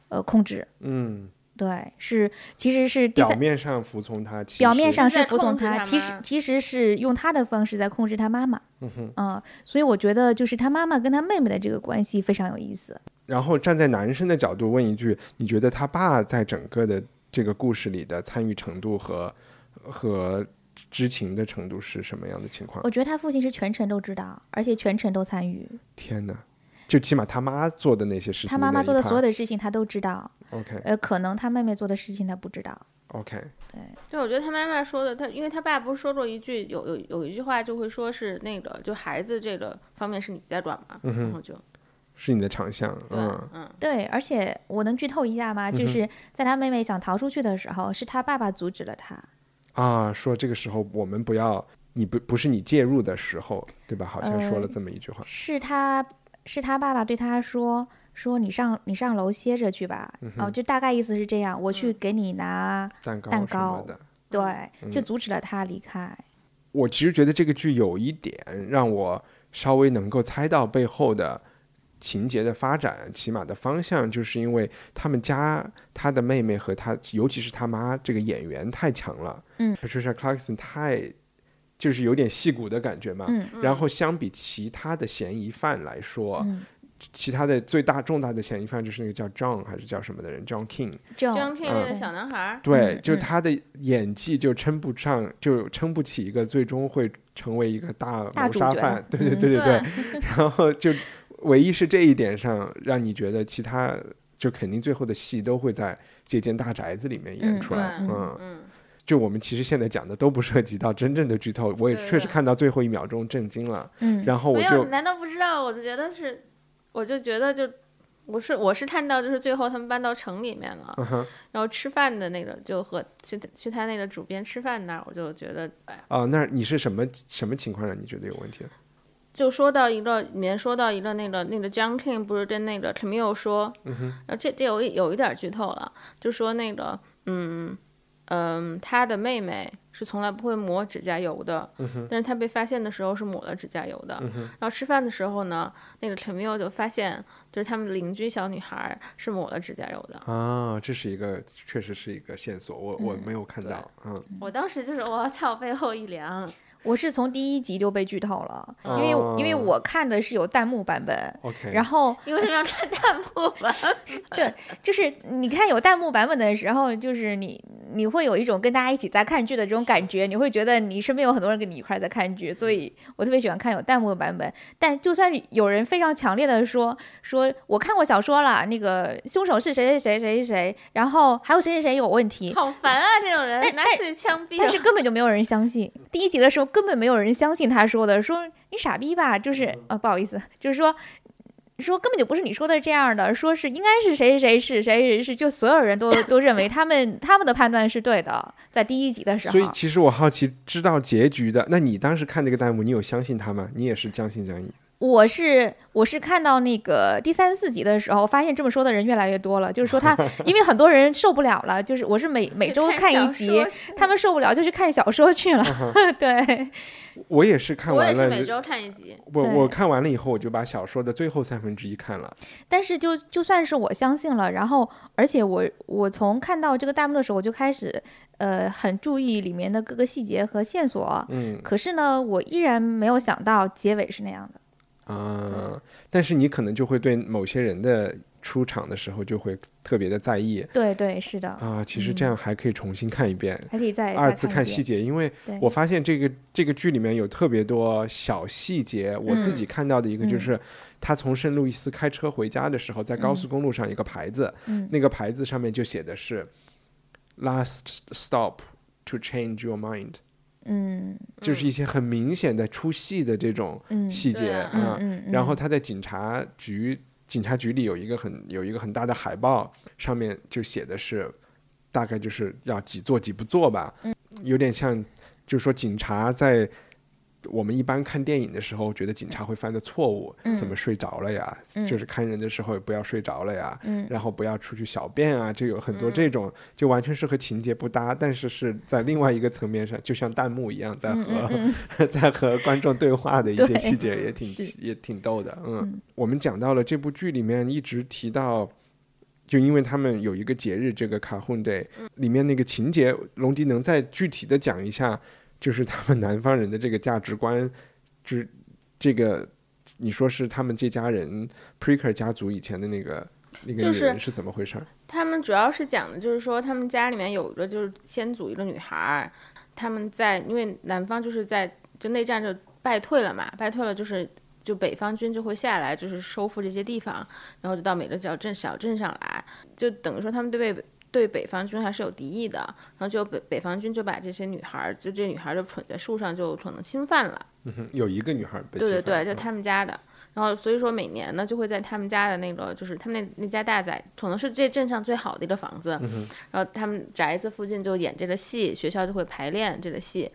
呃控制，嗯，对，是其实是第表三面上服从他，其表面实上在是服从控制他，他其妈实其实是用他的方式在控制他妈妈。嗯哼，嗯，所以我觉得就是他妈妈跟他妹妹的这个关系非常有意思。然后站在男生的角度问一句，你觉得他爸在整个的这个故事里的参与程度和和知情的程度是什么样的情况我？觉得他父亲是全程都知道，而且全程都参与，天哪！就起码他妈做的那些事情，他妈妈做的所有的的事情他都知道。那一趴 OK 呃，可能他妹妹做的事情他不知道。 OK，对，我觉得他妈妈说的，他因为他爸不是说过一句有有有一句话就会说是那个就孩子这个方面是你在管嘛，嗯哼然后就是你的长项，对，嗯嗯，对，而且我能剧透一下吗？嗯哼就是在他妹妹想逃出去的时候，是他爸爸阻止了他。啊，说这个时候我们不要，你不不是你介入的时候，对吧？好像说了呃这么一句话，是他是他爸爸对他说说你上你上楼歇着去吧。嗯哦，就大概意思是这样，我去给你拿。蛋糕什蛋么糕的。嗯对，就阻止了他离开。我其实觉得这个剧有一点让我稍微能够猜到背后的情节的发展，起码的方向，就是因为他们家他的妹妹和他，尤其是他妈这个演员太强了，嗯，Patricia Clarkson 太就是有点戏骨的感觉嘛。嗯然后相比其他的嫌疑犯来说，嗯其他的最大重大的嫌疑犯就是那个叫 John 还是叫什么的人，John King，这就像样，嗯片那个小男孩儿，对，嗯就嗯他的演技就称不上，就撑不起一个最终会成为一个大大谋主杀角犯。对对嗯对对对。 然后就唯一是这一点上，让你觉得其他就肯定最后的戏都会在这间大宅子里面演嗯出来。对嗯，嗯，就我们其实现在讲的都不涉及到真正的剧透，我也对确实对看到最后一秒钟震惊了，嗯，然后我没有，就难道不知道？我就觉得是，我就觉得就我是我是看到就是最后他们搬到城里面了，嗯哼。然后吃饭的那个就和去去他那个主编吃饭那儿，我就觉得哎呀，啊、那你是什么什么情况让你觉得有问题？就说到一个里面说到一个那个那个 John King 不是跟那个 Camille 说，然后这这有一有一点剧透了，就说那个嗯嗯，他的妹妹是从来不会抹指甲油的，但是他被发现的时候是抹了指甲油的。然后吃饭的时候呢，那个 Camille 就发现就是他们邻居小女孩是抹了指甲油的，啊，这是一个，确实是一个线索，我我没有看对到，嗯，我当时就是我操，背后一凉，我是从第一集就被剧透了，因哦为因为我看的是有弹幕版本。 OK，然后你为什么要看弹幕 吧？就是你看有弹幕版本的时候，就是你你会有一种跟大家一起在看剧的这种感觉，你会觉得你身边有很多人跟你一块儿在看剧，所以我特别喜欢看有弹幕的版本。但就算是有人非常强烈的说说我看过小说了，那个凶手是谁谁谁谁谁，然后还有谁谁谁有问题，好烦啊！这种人但拿但去枪毙但了是。根本就没有人相信。第一集的时候根本没有人相信他说的，说你傻逼吧，就是呃不好意思，就是说说根本就不是你说的这样的，说是应该是谁谁谁是谁谁是，就所有人都都认为他们他们的判断是对的，在第一集的时所以候。其实我好奇知道结局的，那你当时看这个弹幕，你有相信他吗？你也是将信将疑。我是我是看到那个第三四集的时候，发现这么说的人越来越多了，就是说他因为很多人受不了了，就是我是每每周看一集，，他们受不了就去看小说去了， 对。我也是看我也完是了每就，周看一集。我对我看完了以后，我就把小说的最后三分之一看了。但是就就算是我相信了，然后而且我我从看到这个弹幕的时候，我就开始呃很注意里面的各个细节和线索。嗯可是呢，我依然没有想到结尾是那样的。啊，但是你可能就会对某些人的出场的时候就会特别的在意对对，是的，啊。其嗯实这样还可以重新看一遍，还可以再二再次看看一细遍。节，因为对我发现这个这个剧里面有特别多小细节。我自嗯己看到的一个就是，他从圣路易斯开车回家的时候，在高速公路上有个牌子，嗯那个牌子上面就写的是 “last stop to change your mind”，嗯就是一些很明显的出戏的这种嗯细对节啊嗯啊。嗯嗯。然后他在警察局，警察局里有一个很有一个很大的海报，上面就写的是，大概就是要几做几不做吧，嗯有点像，就是说警察在我们一般看电影的时候，觉得警察会犯的错误，嗯怎么睡着了呀？就是看人的时候不要睡着了呀，嗯然后不要出去小便啊，就有很多这种，就完全是和情节不搭，但是是在另外一个层面上，就像弹幕一样，在和、 在和观众对话的一些嗯对细节也挺是也挺逗的。嗯，我们讲到了这部剧里面一直提到。就因为他们有一个节日，这个卡混 day 嗯里面那个情节，龙迪能再具体的讲一下，就是他们南方人的这个价值观，就是这个你说是他们这家人 Preker 家族以前的那个那个就女是人是怎么回事儿？ 他们主要是讲的就是说，他们家里面有一个就是先祖一个女孩儿，他们在因为南方就是在就内战就败退了嘛，败退了就是就北方军就会下来，就是收复这些地方，然后就到每个小镇小镇上来，就等于说他们对北对北方军还是有敌意的，然后就北北方军就把这些女孩儿就这些女孩儿就捆在树上就可能侵犯了。嗯有一个女孩被对对侵犯对，就他们家的。然后所以说每年呢，就会在他们家的那个，就是他们那那家大宅，可能是这镇上最好的一个房嗯子。然后他们宅子附近就演这个戏，学校就会排练这个戏。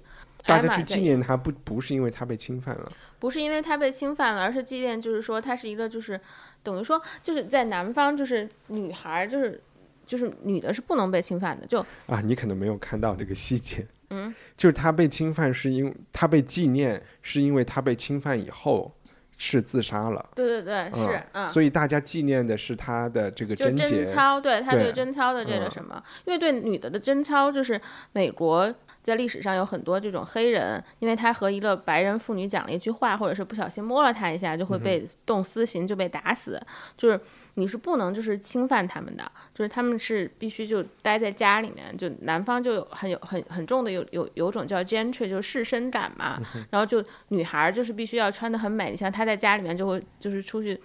大艾玛家去在纪念她不不是因为她被侵犯了，不是因为他被侵犯了，而是纪念，就是说他是一个，就是等于说就是在南方，就是女孩儿就是就是女的是不能被侵犯的，就啊，你可能没有看到这个细节。嗯， 就是她被侵犯是因她被纪念是因为她被侵犯以后是自杀了，啊对对对，是嗯。所以大家纪念的是她的这个就贞洁贞。操，对他对对贞操的这个嗯什么，因为对女的的贞操，就是美国在历史上有很多这种黑人，因为他和一个白人妇女讲了一句话，或者是不小心摸了她一下，嗯就会被动私刑，就被打死。就是你是不能就是侵犯他们的，就是他们是必须就待在家里面，就南方就有很有很很重的有有有种叫 gentry，就是士绅感嗯嘛。然后就女孩儿就是必须要穿的很美，你像她在家里面就会就是出去，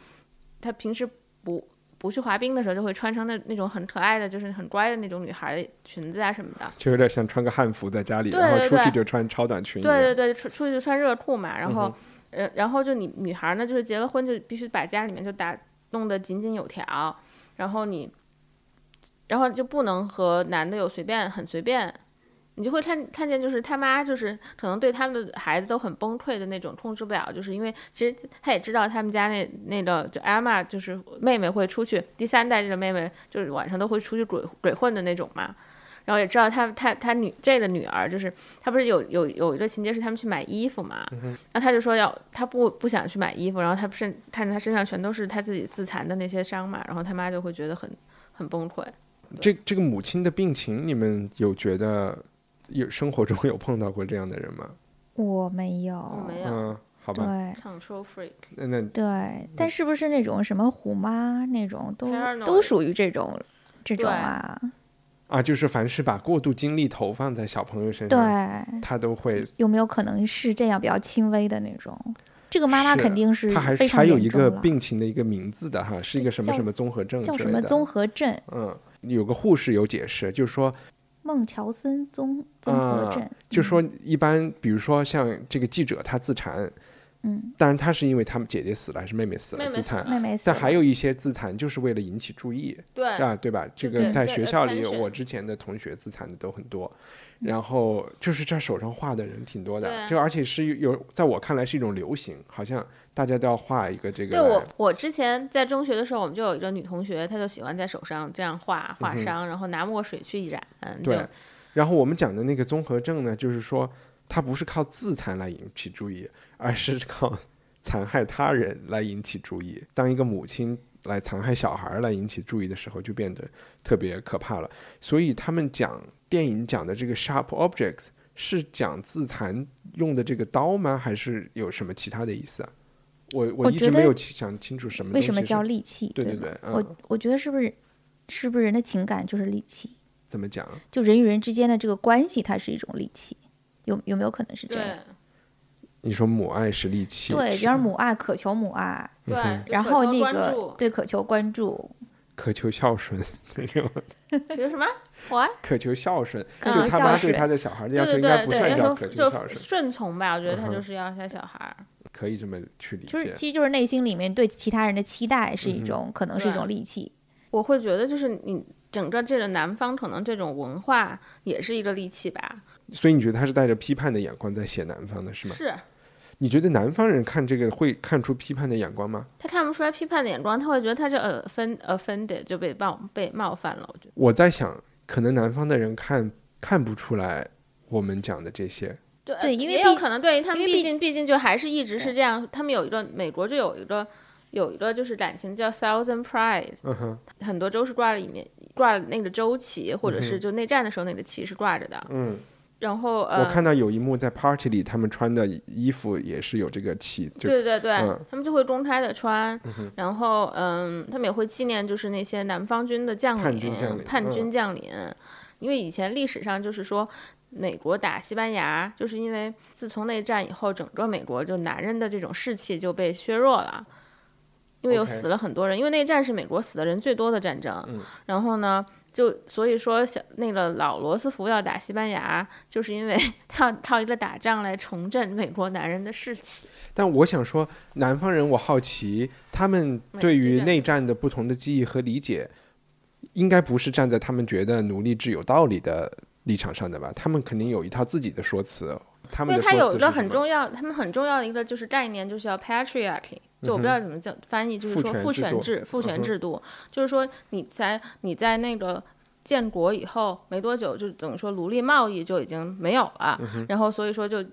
她平时不不去滑冰的时候就会穿成那那种很可爱的，就是很乖的那种女孩儿的裙子啊什么的。就有点像穿个汉服在家里，对然后对出去对就穿超短裙一样。对对对，出出去就穿热裤嘛，然后，呃、然后就你女孩呢，就是结了婚就必须把家里面就打弄得井井有条，然后你，然后就不能和男的有随便很随便，你就会看看见就是他妈就是可能对他们的孩子都很崩溃的那种，控制不了，就是因为其实他也知道他们家那那个就艾玛就是妹妹会出去，第三代这个妹妹就是晚上都会出去鬼鬼混的那种嘛。然后也知道他他他女这个女儿就是他不是有有有一个情节是他们去买衣服嘛，嗯然后他就说要他不不想去买衣服，然后他不是看着他身上全都是他自己自残的那些伤嘛，然后他妈就会觉得很很崩溃。这这个母亲的病情，你们有觉得有生活中有碰到过这样的人吗？我没有，我没有嗯，好吧，嗯对 control freak，那那对，但是不是那种什么虎妈那种都 Paranoid 都属于这种这种啊？啊，就是凡是把过度精力投放在小朋友身对，上，他都会，有没有可能是这样比较轻微的那种？这个妈妈是肯定是他还非是常还有严一重个了病情的一个名字的哈，是一个什么叫什么综合症之叫什类么的。综合症，嗯，有个护士有解释，就是说，孟乔森综综合啊症，就说嗯一般，比如说像这个记者他自残，嗯，当然他是因为他们姐姐死了，还是妹妹死了妹妹自死残了，妹妹死但了，还有一些自残就是为了引起注意，对，啊，对吧？这对个对在对学校里， attention 我之前的同学自残的都很多，然后就是这手上画的人挺多嗯对的，啊就而且是有，在我看来是一种流行，好像大家都要画一个这个对来。我，我之前在中学的时候，我们就有一个女同学，她就喜欢在手上这样画画伤，然后拿墨水去染，就嗯对然后我们讲的那个综合症呢，就是说它不是靠自残来引起注意，而是靠 残害他人来引起注意。当一个母亲来残害小孩儿来引起注意的时候，就变得特别可怕了。所以他们讲电影讲的这个 sharp objects 是讲自残用的这个刀吗？还是有什么其他的意思啊？我我一直觉没得有清想清楚什么为东什么西叫是戾气？对对吧对，嗯，我我觉得是不是是不是人的情感就是戾气？怎么讲啊？就人与人之间的这个关系，它是一种戾气，有有没有可能是这样嗯对？你说母爱是利器，对，是然而母爱渴求母爱，对，就然渴后求那关 个注对渴求关注，渴求孝顺， 这种。觉得什么？我啊渴求孝顺，嗯就是他妈孝顺对他的小孩的对要求对应该对不对，算要叫说渴求孝就顺，顺从吧，我觉得她嗯就哼是要带小孩儿，可以这么去理就是解。嗯其实就是内心里面对其他人的期待是一种，可能是一种对戾气。我会觉得就是你整个这个南方可能这种文化也是一个戾气吧，所以你觉得他是带着批判的眼光在写南方的是吗？是你觉得南方人看这个会看出批判的眼光吗？他看不出来批判的眼光，他会觉得他这呃分 offended 就被冒被冒犯了，我觉得我在想，可能南方的人看看不出来我们讲的这些，对呃对因为也有毕可能对于他们，因为毕毕竟毕竟就还是一直是这样，他们有一个美国就有一个有一个就是感情叫 Thousand Pride，、嗯哼，很多州是挂了里面挂了那个州旗，或者是就内战的时候那个旗是挂着的，嗯，然后呃我。看到有一幕在 party 里，他们穿的衣服也是有这个旗，就对对对，嗯他们就会公开的穿，然后嗯，他们也会纪念就是那些南方军的将领、叛军将领叛军嗯将领因为以前历史上就是说。美国打西班牙，就是因为自从内战以后，整个美国就男人的这种士气就被削弱了，因为有 OK 嗯死了很多人。因为内战是美国死的人最多的战争，然后呢，就所以说小那个老罗斯福要打西班牙，就是因为 他要靠一个打仗来重振美国男人的士气。但我想说，南方人，我好奇他们对美西于战内战的不同的记忆和理解，应该不是站在他们觉得奴隶制有道理的立场上的吧？他们肯定有一套自己的说辞，他因们为的它说有辞一是个什很么？重要，他们很重要的一个就是概念，就是叫 patriarchy，就我不知道怎么叫翻译，就是嗯父说权父制权度制，父嗯权哼制度，就是说你在你在那个。建国以后没多久，就等于说奴隶贸易就已经没有了，嗯然后所以说就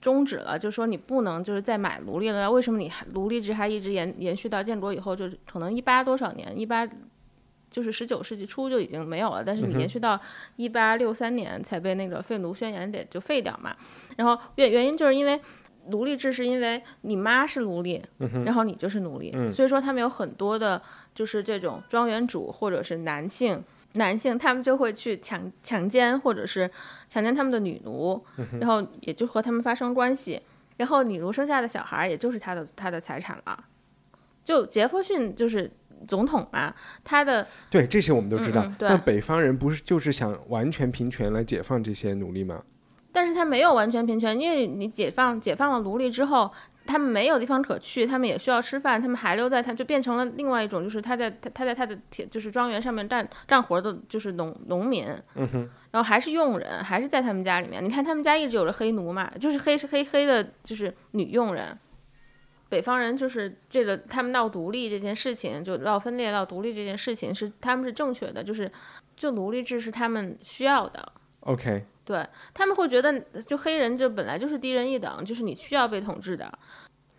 终止了，就说你不能就是再买奴隶了。为什么你还奴隶制还一直延延续到建国以后？就是可能一八多少年，一八就是十九世纪初就已经没有了，嗯但是你延续到一八六三年才被那个废奴宣言给就废掉嘛。然后原原因就是因为奴隶制是因为你妈是奴隶，然后你就是奴隶，所以说他们有很多的，就是这种庄园主或者是男性。男性他们就会去强强奸，或者是强奸他们的女奴，然后也就和他们发生关系，然后女奴生下的小孩儿也就是他的他的财产了。就杰弗逊就是总统嘛，他的对，这些我们都知道。嗯嗯对但北方人不是就是想完全平权来解放这些奴隶吗？但是他没有完全平权，因为你解放解放了奴隶之后，他们没有地方可去，他们也需要吃饭，他们还留在他就变成了另外一种，就是他在他他在他的田就是庄园上面干干活的，就是农农民，嗯哼，然后还是佣人，还是在他们家里面。你看他们家一直有着黑奴嘛，就是黑是黑黑的，就是女佣人。北方人就是这个，他们闹独立这件事情，就闹分裂、闹独立这件事情是他们是正确的，就是就奴隶制是他们需要的， OK，对他们会觉得，就黑人就本来就是低人一等，就是你需要被统治的，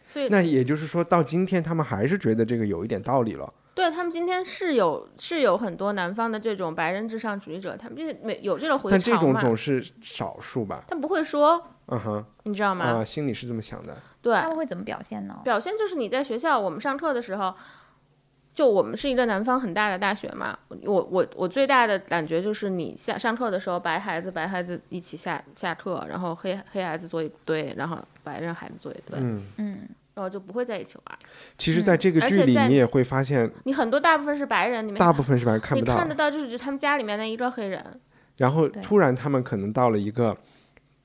所以那也就是说到今天，他们还是觉得这个有一点道理了。对他们今天是有是有很多南方的这种白人至上主义者，他们这没有这种回但这潮种嘛，总是少数吧？但不会说，嗯哼，你知道吗？啊，心里是这么想的。对，他们会怎么表现呢？表现就是你在学校，我们上课的时候，就我们是一个南方很大的大学嘛，我我我最大的感觉就是你下上课的时候，白孩子白孩子一起下下课，然后黑黑孩子坐一堆，然后白人孩子坐一堆，嗯，嗯，然后就不会在一起玩。其实，在这个嗯而剧且里，在你也会发现，你很多大部分是白人，你没大部分是吧看你不到，啊看得到就是他们家里面那一个黑人，然后对突然他们可能到了一个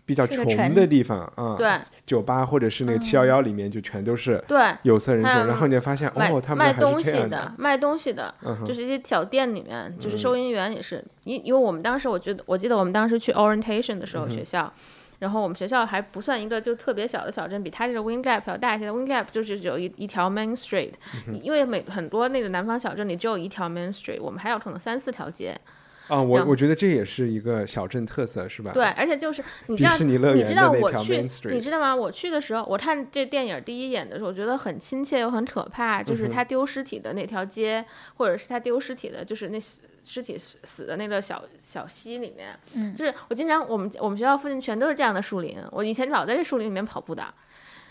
比较去了穷城的地方啊，对酒吧或者是那个七幺幺里面就全都是对。有色人还种，有然后你就发现卖哦，他们卖还东是西这样，嗯的，卖东西的，就是一些小店里面，就是收银员也是，因、因为我们当时我觉得，我记得我们当时去 orientation 的时候，嗯学校，然后我们学校还不算一个就特别小的小镇，比它这个 Wing Gap 要大一些。Wing Gap 就是只有一一条 Main Street，、因嗯为每很多那个南方小镇里只有一条 Main Street，我们还有可能三四条街。啊，然我后我觉得这也是一个小镇特色，是吧？嗯对，，而且就是你知迪道士尼乐你园知的道那我条去 Main，你知 Street，道吗？我去的时候，我看这电影第一眼的时候，我觉得很亲切又很可怕，嗯就是他丢尸体的那条街，或者是他丢尸体的，就是那死尸体死死的那个小小溪里面，嗯就是我经常我们我们学校附近全都是这样的树林，我以前老在这树林里面跑步的，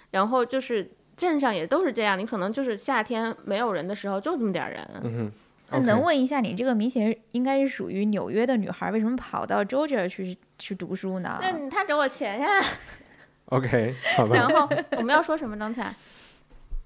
然后就是。镇上也都是这样，你可能就是夏天没有人的时候就这么点儿人，嗯那哼，能 OK 问一下，你这个明显应该是属于纽约的女孩，为什么跑到 Georgia 去去读书呢？那、你他给我 钱呀。 OK 好然吧，后我们要说什么刚才？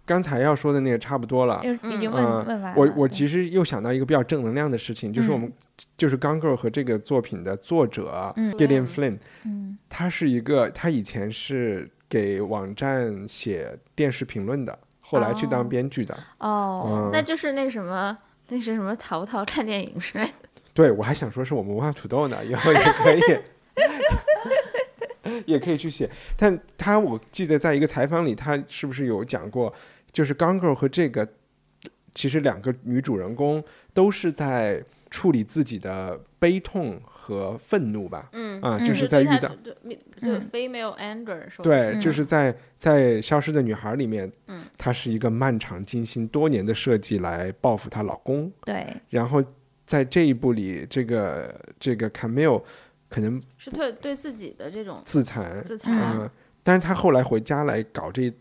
刚才要说的那个差不多了。就是已经问、嗯问完了。我我对其实又想到一个比较正能量的事情，就是我嗯们、就是《钢构》和这个作品的作者、啊嗯 Gillian Flynn，嗯他是一个，他以前是给网站写电视评论的，后来去当编剧的。哦，嗯，那就是那什么，那是什么淘淘看电影之类的。对我还想说是我们文化土豆呢，以后也可 以，也可以去写。但他我记得在一个采访里，他是不是有讲过，就是《Gone Girl》和这个，其实两个女主人公都是在处理自己的悲痛和愤怒吧？嗯，啊，嗯就是是在遇对他到。对就嗯 female anger 说对，就嗯是在在《消失的女孩》里面，嗯她是一个漫长、精心、多年的设计来报复她老公。对，然后在这一部里，这个这个 Camille 可能是对对自己的这种自残，自嗯、残但是她后来回家来搞这，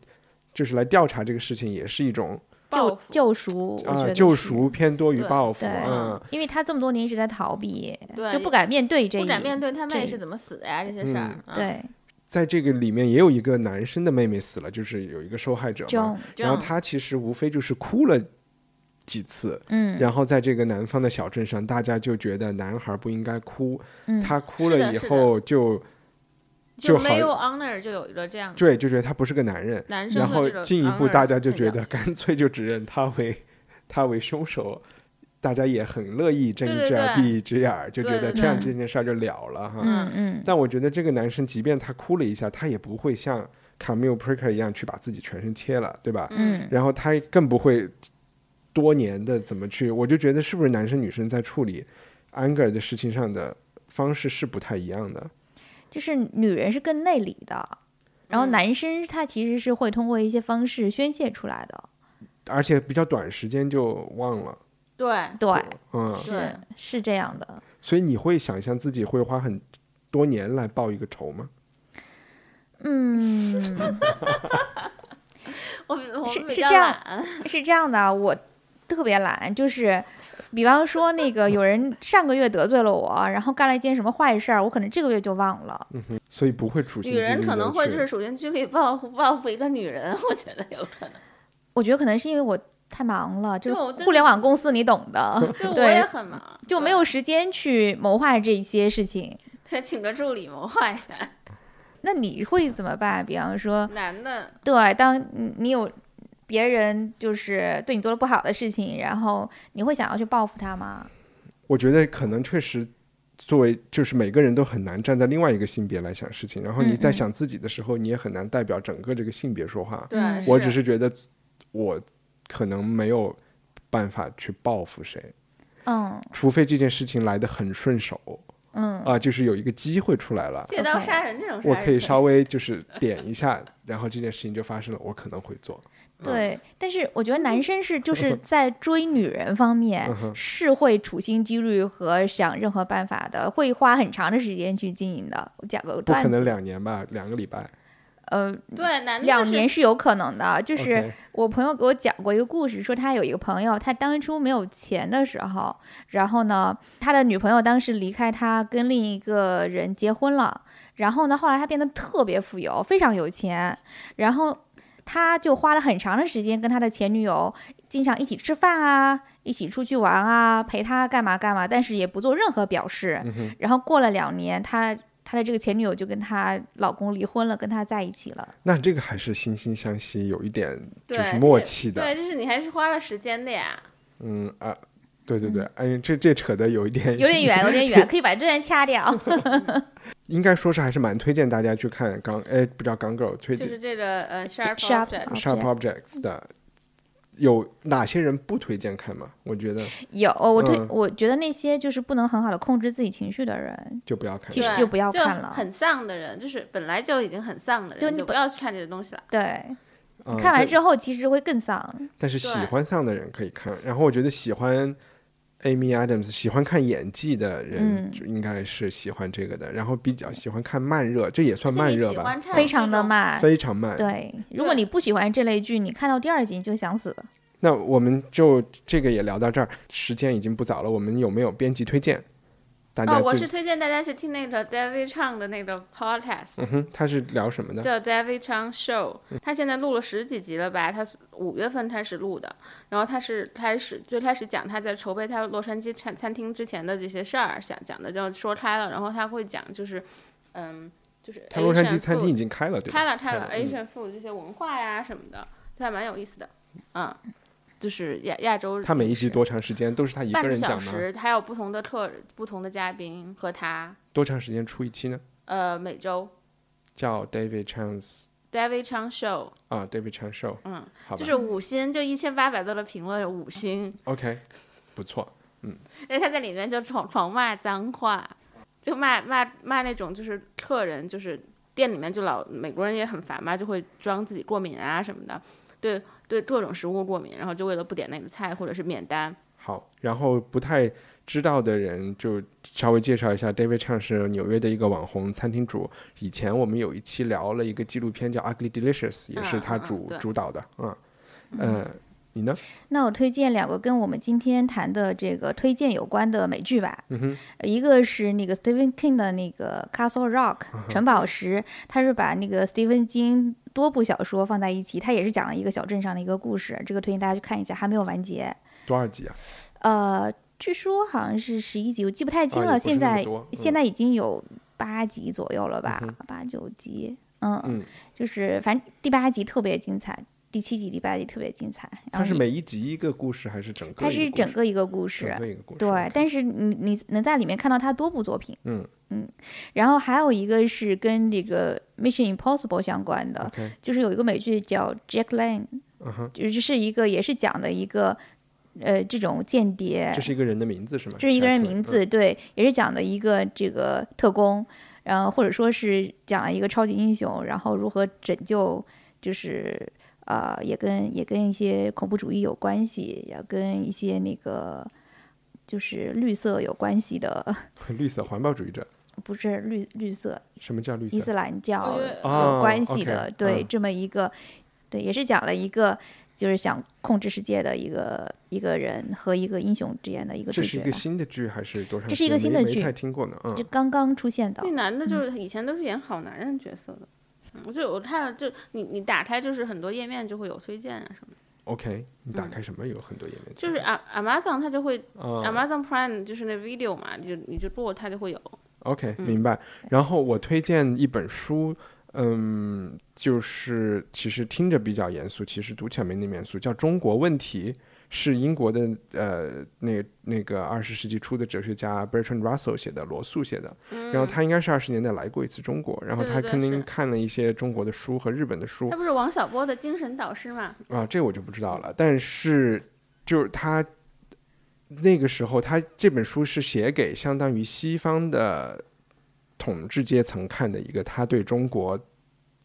就是来调查这个事情，也是一种报救复。救赎，我觉啊、得救是。赎偏多于对报复对啊。因为他这么多年一直在逃避，对就不敢面对这一，不敢面对他妹这是怎么死的呀？这些事儿，啊嗯对在这个里面也有一个男生的妹妹死了，就是有一个受害者嘛， John，然后 John，她其实无非就是哭了几次，嗯然后在这个南方的小镇上，大家就觉得男孩不应该哭，嗯，他哭是了的以是的后就就就好没有 honor 就有一个这样的对，就觉得他不是个男人。男生然的后这种进一步， honor 大家就那觉个得干脆就指认他为他为凶手，大家也很乐意睁一对只眼对闭一只眼儿，就觉对得对这样对这件事儿就了了哈。嗯嗯但我觉得这个男生，即便他哭了一下，他也不会像卡缪 Pricker 一样去把自己全身切了，对吧？嗯，然后他更不会多年的怎么去，我就觉得是不是男生女生在处理 anger 的事情上的方式是不太一样的。就是女人是更内里的，然后嗯男生他其实是会通过一些方式宣泄出来的，而且比较短时间就忘了，对对，嗯，对是是这样的，所以你会想象自己会花很多年来报一个仇吗？ 嗯。我们我们是比是较这样懒是这样的啊，我特别懒，就是比方说那个有人上个月得罪了我，然后干了一件什么坏事儿，我可能这个月就忘了。所以不会处心女积虑的人去。可能会就是处心积虑报复报复一个女人，我觉得有可能。我觉得可能是因为我太忙了，就就我是真，互联网公司你懂的就我也对，很忙，就没有时间去谋划这些事情。对请个助理谋划一下。那你会怎么办？比方说，男的对，当你你有别人就是对你做了不好的事情，然后你会想要去报复他吗？我觉得可能确实，作为就是每个人都很难站在另外一个性别来想事情，然后你嗯在嗯想自己的时候，你也很难代表整个这个性别说话。对嗯，我只是觉得我可能没有办法去报复谁，嗯除非这件事情来得很顺手嗯啊、就是有一个机会出来了，借刀 OK 杀人这种事儿我还可以是稍微就是点一下，然后这件事情就发生了，我可能会做。对，但是我觉得男生是就是在追女人方哎面嗯哼是会处心积虑和想任何办法的，会花很长的时间去经营的。我讲个不可段，能两年吧，两个礼拜。呃，对，男的两就是年是有可能的。就是 OK 我朋友给我讲过一个故事，说他有一个朋友，他当初没有钱的时候，然后呢，他的女朋友当时离开他，跟另一个人结婚了，然后呢，后来他变得特别富有，非常有钱，然后他就花了很长的时间跟他的前女友经常一起吃饭啊，一起出去玩啊，陪他干嘛干嘛，但是也不做任何表示。嗯哼，然后过了两年，他他的这个前女友就跟她老公离婚了，跟他在一起了。那这个还是惺惺相惜，有一点就对是默契的。对，就是你还是花了时间的呀。嗯啊，对对对，哎，这这扯的有一点嗯有点远，有点远，可以把这人掐掉。应该说是还是蛮推荐大家去看港，哎，不叫港 girl，推就荐《是这个呃 sharp Sharp object， Sharp Objects》的。嗯有哪些人不推荐看吗？我觉得有，我推，嗯我觉得那些就是不能很好的控制自己情绪的人，就不要看其。实对就不要看了很丧的人，就是本来就已经很丧的对人，你就不本要去看这个东西了。对，嗯看完但之后其实会更丧。但是喜对欢丧的人可以看。然后我觉得喜欢 Amy Adams、喜欢看演技的人，嗯就应该是喜欢这个的。然后比较喜欢看慢热，这也算就慢你热喜吧，欢看非常这的种，嗯慢。非常慢。对，如果你不喜欢这类剧，你看到第二集你就想死。那我们就这个也聊到这儿，时间已经不早了。我们有没有编辑推荐？大家哦，我最是推荐大家去听那个 David Chang 的那个 podcast，嗯哼，他是聊什么的？嗯叫 David Chang Show，他现在录了十几集了吧？他五月份开始录的，然后他是开始最开始讲他在筹备他洛杉矶餐餐厅之前的这些事儿，想讲的就说开了，然后他会讲就是，嗯，就是他洛杉 Asian 矶餐厅 food 已经开了，对吧？开了开了嗯 Asian food 这些文化呀什么的，就还蛮有意思的，嗯，就是亚亚洲他每一集饮食多长时间？都是他一半个个人小讲吗？时，还有不同的客不同的嘉宾和他，多长时间出一期呢？呃，每周叫 David Chance David Chang Show，啊，David Chance Show。嗯，好吧，就是五星就一千八百多的评论，五星， OK，不错。而且他在里面就狂狂骂脏话，就骂骂骂那种就是客人，就是店里面就老美国人也很烦嘛，就会装自己过敏啊什么的，对对各种食物过敏，然后就为了不点那个菜或者是免单。好，然后不太知道的人就稍微介绍一下，David Chang 是纽约的一个网红餐厅主。以前我们有一期聊了一个纪录片叫《Ugly Delicious》，也是他嗯嗯主、对主导的。嗯，呃，你呢？那我推荐两个跟我们今天谈的这个推荐有关的美剧吧。嗯哼，一个是那个 Stephen King 的那个《Castle Rock》城嗯堡石，他是把那个 Stephen King 多部小说放在一起，他也是讲了一个小镇上的一个故事。这个推荐大家去看一下，还没有完结。多少集啊？呃，据说好像是十一集，我记不太清啊了。也不是现那么在、多嗯现在已经有八集左右了吧，八九集。嗯，嗯就是反正第八集特别精彩，第七集、第八集特别精彩。然它后是一每一集一个故事，还是整个一个它故事？是整个一个故事整，个一个故事。对 OK，但是你你能在里面看到他多部作品。嗯然后还有一个是跟这个 Mission Impossible 相关的， OK，就是有一个美剧叫 Jack Lane，、嗯哼，就是是一个也是讲的一个呃这种间谍这，是一个人的名字是吗？这是一个人 Jack 名 Lane，字，对，也是讲的一个这个特工，然后或者说是讲了一个超级英雄，然后如何拯救，就是呃，也跟也跟一些恐怖主义有关系，也跟一些那个就是绿色有关系的， 嗯绿色环保主义者。不是绿绿色什么叫绿伊色？斯兰教我觉得哦有关系的， ，OK，对、嗯这么一个，对，也是讲了一个。就是想控制世界的一个一个人和一个英雄之间的一个这对是一决个吧，新的剧还是多少集？这是一个新的没没剧太听过呢。这嗯，刚刚出现的那。男的就是以前都是演好男人角色的，嗯，我就我看了就你你打开就是很多页面就会有推荐啊什么的， OK，你打开什么有很多页面？嗯就是啊 Amazon 它就会啊 Amazon Prime 就是那 video 嘛，你就你就做它就会有。 ，OK，明嗯白。然后我推荐一本书，嗯，就是其实听着比较严肃，其实读起来没那么严肃，叫《中国问题》。是英国的呃，那那个二十世纪初的哲学家 Bertrand Russell 写的，罗素写的。然后他应该是二十年代来过一次中国，然后嗯对他对肯对定是看了一些中国的书和日本的书他。不是王小波的精神导师嘛？啊，这我就不知道了。但是就是他那个时候，他这本书是写给相当于西方的统治阶层看的一个他对中国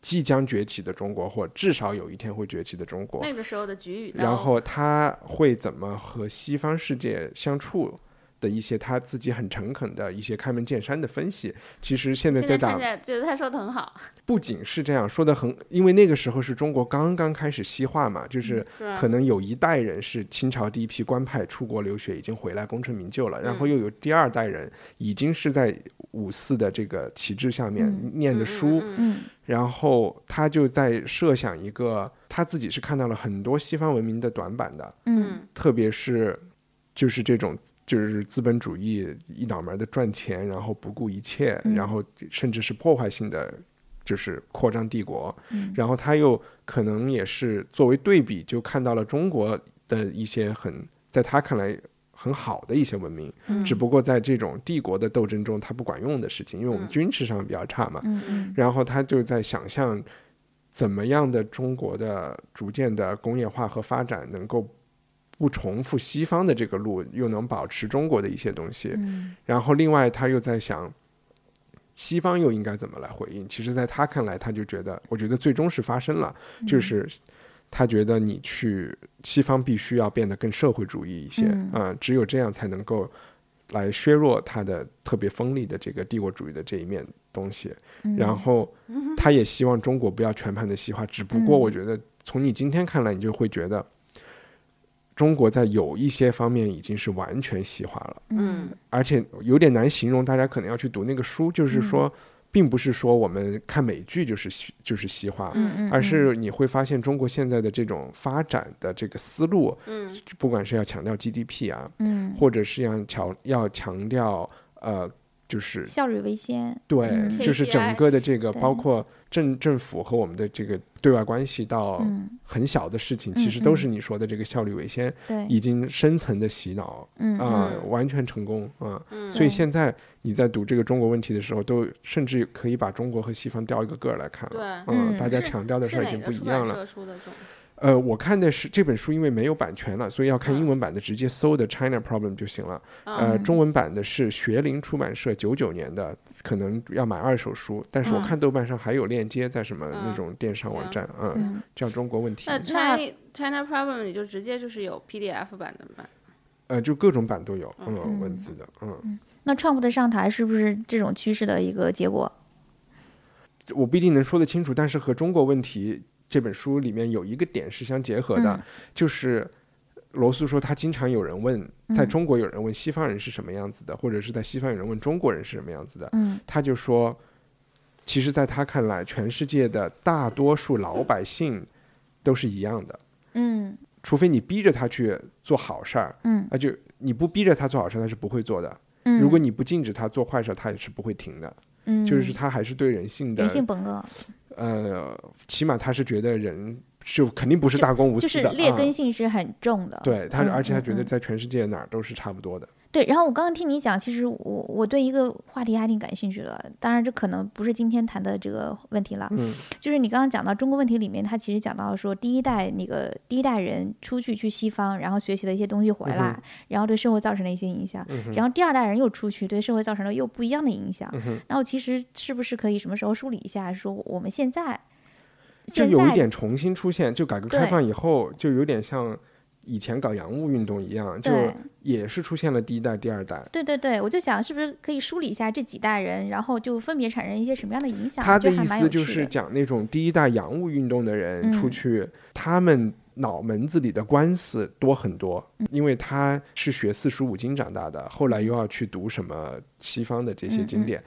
即将崛起的中国，或至少有一天会崛起的中国，那哦个时候的局与刀，然后他会怎么和西方世界相处的一些他自己很诚恳的一些开门见山的分析，其实现在现在在打看起来觉得他说的很好，不仅是这样说的很，因为那个时候是中国刚刚开始西化嘛，就是是嗯吧可能有一代人是清朝第一批官派出国留学，已经回来功成名就了，然嗯后又有第二代人已经是在五四的这个旗帜下面嗯念着书，嗯嗯嗯嗯然后他就在设想一个他自己是看到了很多西方文明的短板的，嗯特别是就是这种就是资本主义一脑门的赚钱，然后不顾一切，嗯然后甚至是破坏性的就是扩张帝国，嗯然后他又可能也是作为对比，就看到了中国的一些很在他看来。很好的一些文明，嗯只不过在这种帝国的斗争中，它不管用的事情，因为我们嗯军事上比较差嘛，嗯嗯然后他就在想象怎么样的中国的逐渐的工业化和发展能够不重复西方的这个路，又能保持中国的一些东西。嗯然后另外他又在想。西方又应该怎么来回应？其实，在他看来，他就觉得，我觉得最终是发生了，嗯就是他觉得你去西方必须要变得更社会主义一些，嗯呃只有这样才能够来削弱他的特别锋利的这个帝国主义的这一面东西。嗯然后他也希望中国不要全盘的西化，只不过嗯我觉得从你今天看来，你就会觉得中国在有一些方面已经是完全西化了，嗯而且有点难形容，大家可能要去读那个书，嗯就是说，并不是说我们看美剧就是西就是西化。嗯嗯，而是你会发现，中国现在的这种发展的这个思路，嗯不管是要强调 GDP 啊，嗯或者是要强要强调呃，就是效率为先，对嗯，就是整个的这个， KPI 包括政政府和我们的这个对外关系到嗯很小的事情，嗯其实都是你说的这个效率为先，对，已经深层的洗脑嗯啊、嗯完全成功啊、嗯，所以对现在你在读这个中国问题的时候，都甚至可以把中国和西方调一个个儿来看了。对，嗯，嗯大家是强调的事是儿已哪经个不一出版样了。社出的这种？呃，我看的是这本书，因为没有版权了，所以要看英文版的，直接搜的 China Problem 就行了。呃，嗯中文版的是学林出版社九九年的，可能要买二手书，但是我嗯看豆瓣上还有链接，在什么嗯那种电商网站，嗯，嗯叫中国问题那，那 China China Problem 你就直接就是有 PDF 版的嘛？呃，就各种版都有，嗯，嗯文字的，嗯，那 Trump 的上台是不是这种趋势的一个结果？我不一定能说得清楚，但是和中国问题这本书里面有一个点是相结合的，嗯就是。罗素说，他经常有人问，在嗯中国有人问西方人是什么样子的，或者是在西方有人问中国人是什么样子的。嗯他就说，其实，在他看来，全世界的大多数老百姓都是一样的，嗯除非你逼着他去做好事儿，嗯啊，就你不逼着他做好事儿，他是不会做的。嗯，如果你不禁止他做坏事儿，他也是不会停的。嗯就是他还是对人性的人，性本恶，呃，起码他是觉得人就肯定不是大公无就私是的，劣啊根性是很重的。对，他是嗯而且他觉嗯得嗯在全世界哪儿都是差不多的。对，然后我刚刚听你讲，其实我我对一个话题还挺感兴趣的，当然这可能不是今天谈的这个问题了，嗯就是你刚刚讲到中国问题里面，他其实讲到说第一代那个第一代人出去去西方，然后学习了一些东西回来，嗯然后对社会造成了一些影响，嗯哼然后第二代人又出去，对社会造成了又不一样的影响。嗯哼，然后其实是不是可以什么时候梳理一下，说我们现在就现有一在点重新出现，就改革开对放以后，就有点像以前搞洋务运动一样，就对也是出现了第一代、第二代。对对对，我就想是不是可以梳理一下这几代人，然后就分别产生一些什么样的影响？他我觉的得还意蛮思有就趣是的讲那种第一代洋务运动的人嗯出去，他们脑门子里的官司多很多，嗯因为他是学四书五经长大的，后来又要去读什么西方的这些嗯经典，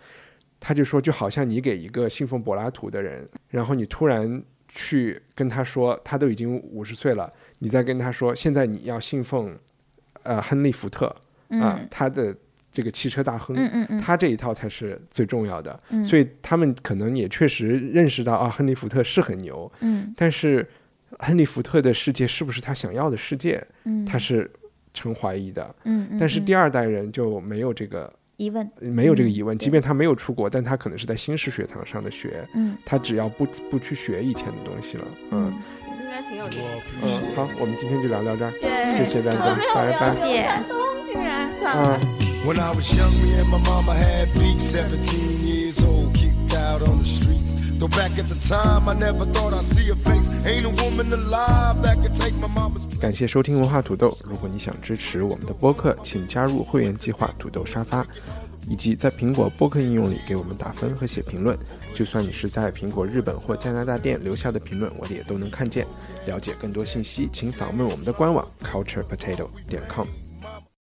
他就说，就好像你给一个信奉柏拉图的人，然后你突然去跟他说，他都已经五十岁了，你再跟他说，现在你要信奉呃亨利福特啊、嗯他的这个汽车大亨，嗯嗯嗯，他这一套才是最重要的。嗯所以他们可能也确实认识到啊，亨利·福特是很牛，嗯但是亨利·福特的世界是不是他想要的世界，嗯，他是成怀疑的。嗯嗯，但是嗯第二代人就没有这个疑问，没有这个疑问，嗯即便他没有出国，但他可能是在新式学堂上的学，嗯他只要不不去学以前的东西了。嗯嗯，应该挺有意思嗯，好，我们今天就聊到这儿，的。谢谢大我家没，有拜聊拜。刘强东，竟然算了。嗯。 When I was young, me and my mama had beef. 17 years old, kicked out on the streets. Though back at the time, I never thought I'd see a face. Ain't a woman alive that could take my mama's place. 感谢收听文化土豆。如果你想支持我们的播客，请加入会员计划“土豆沙发”，以及在苹果播客应用里给我们打分和写评论。就算你是在苹果日本或加拿大店留下的评论，我们也都能看见。了解更多信息，请访问我们的官网 culturepotato.com。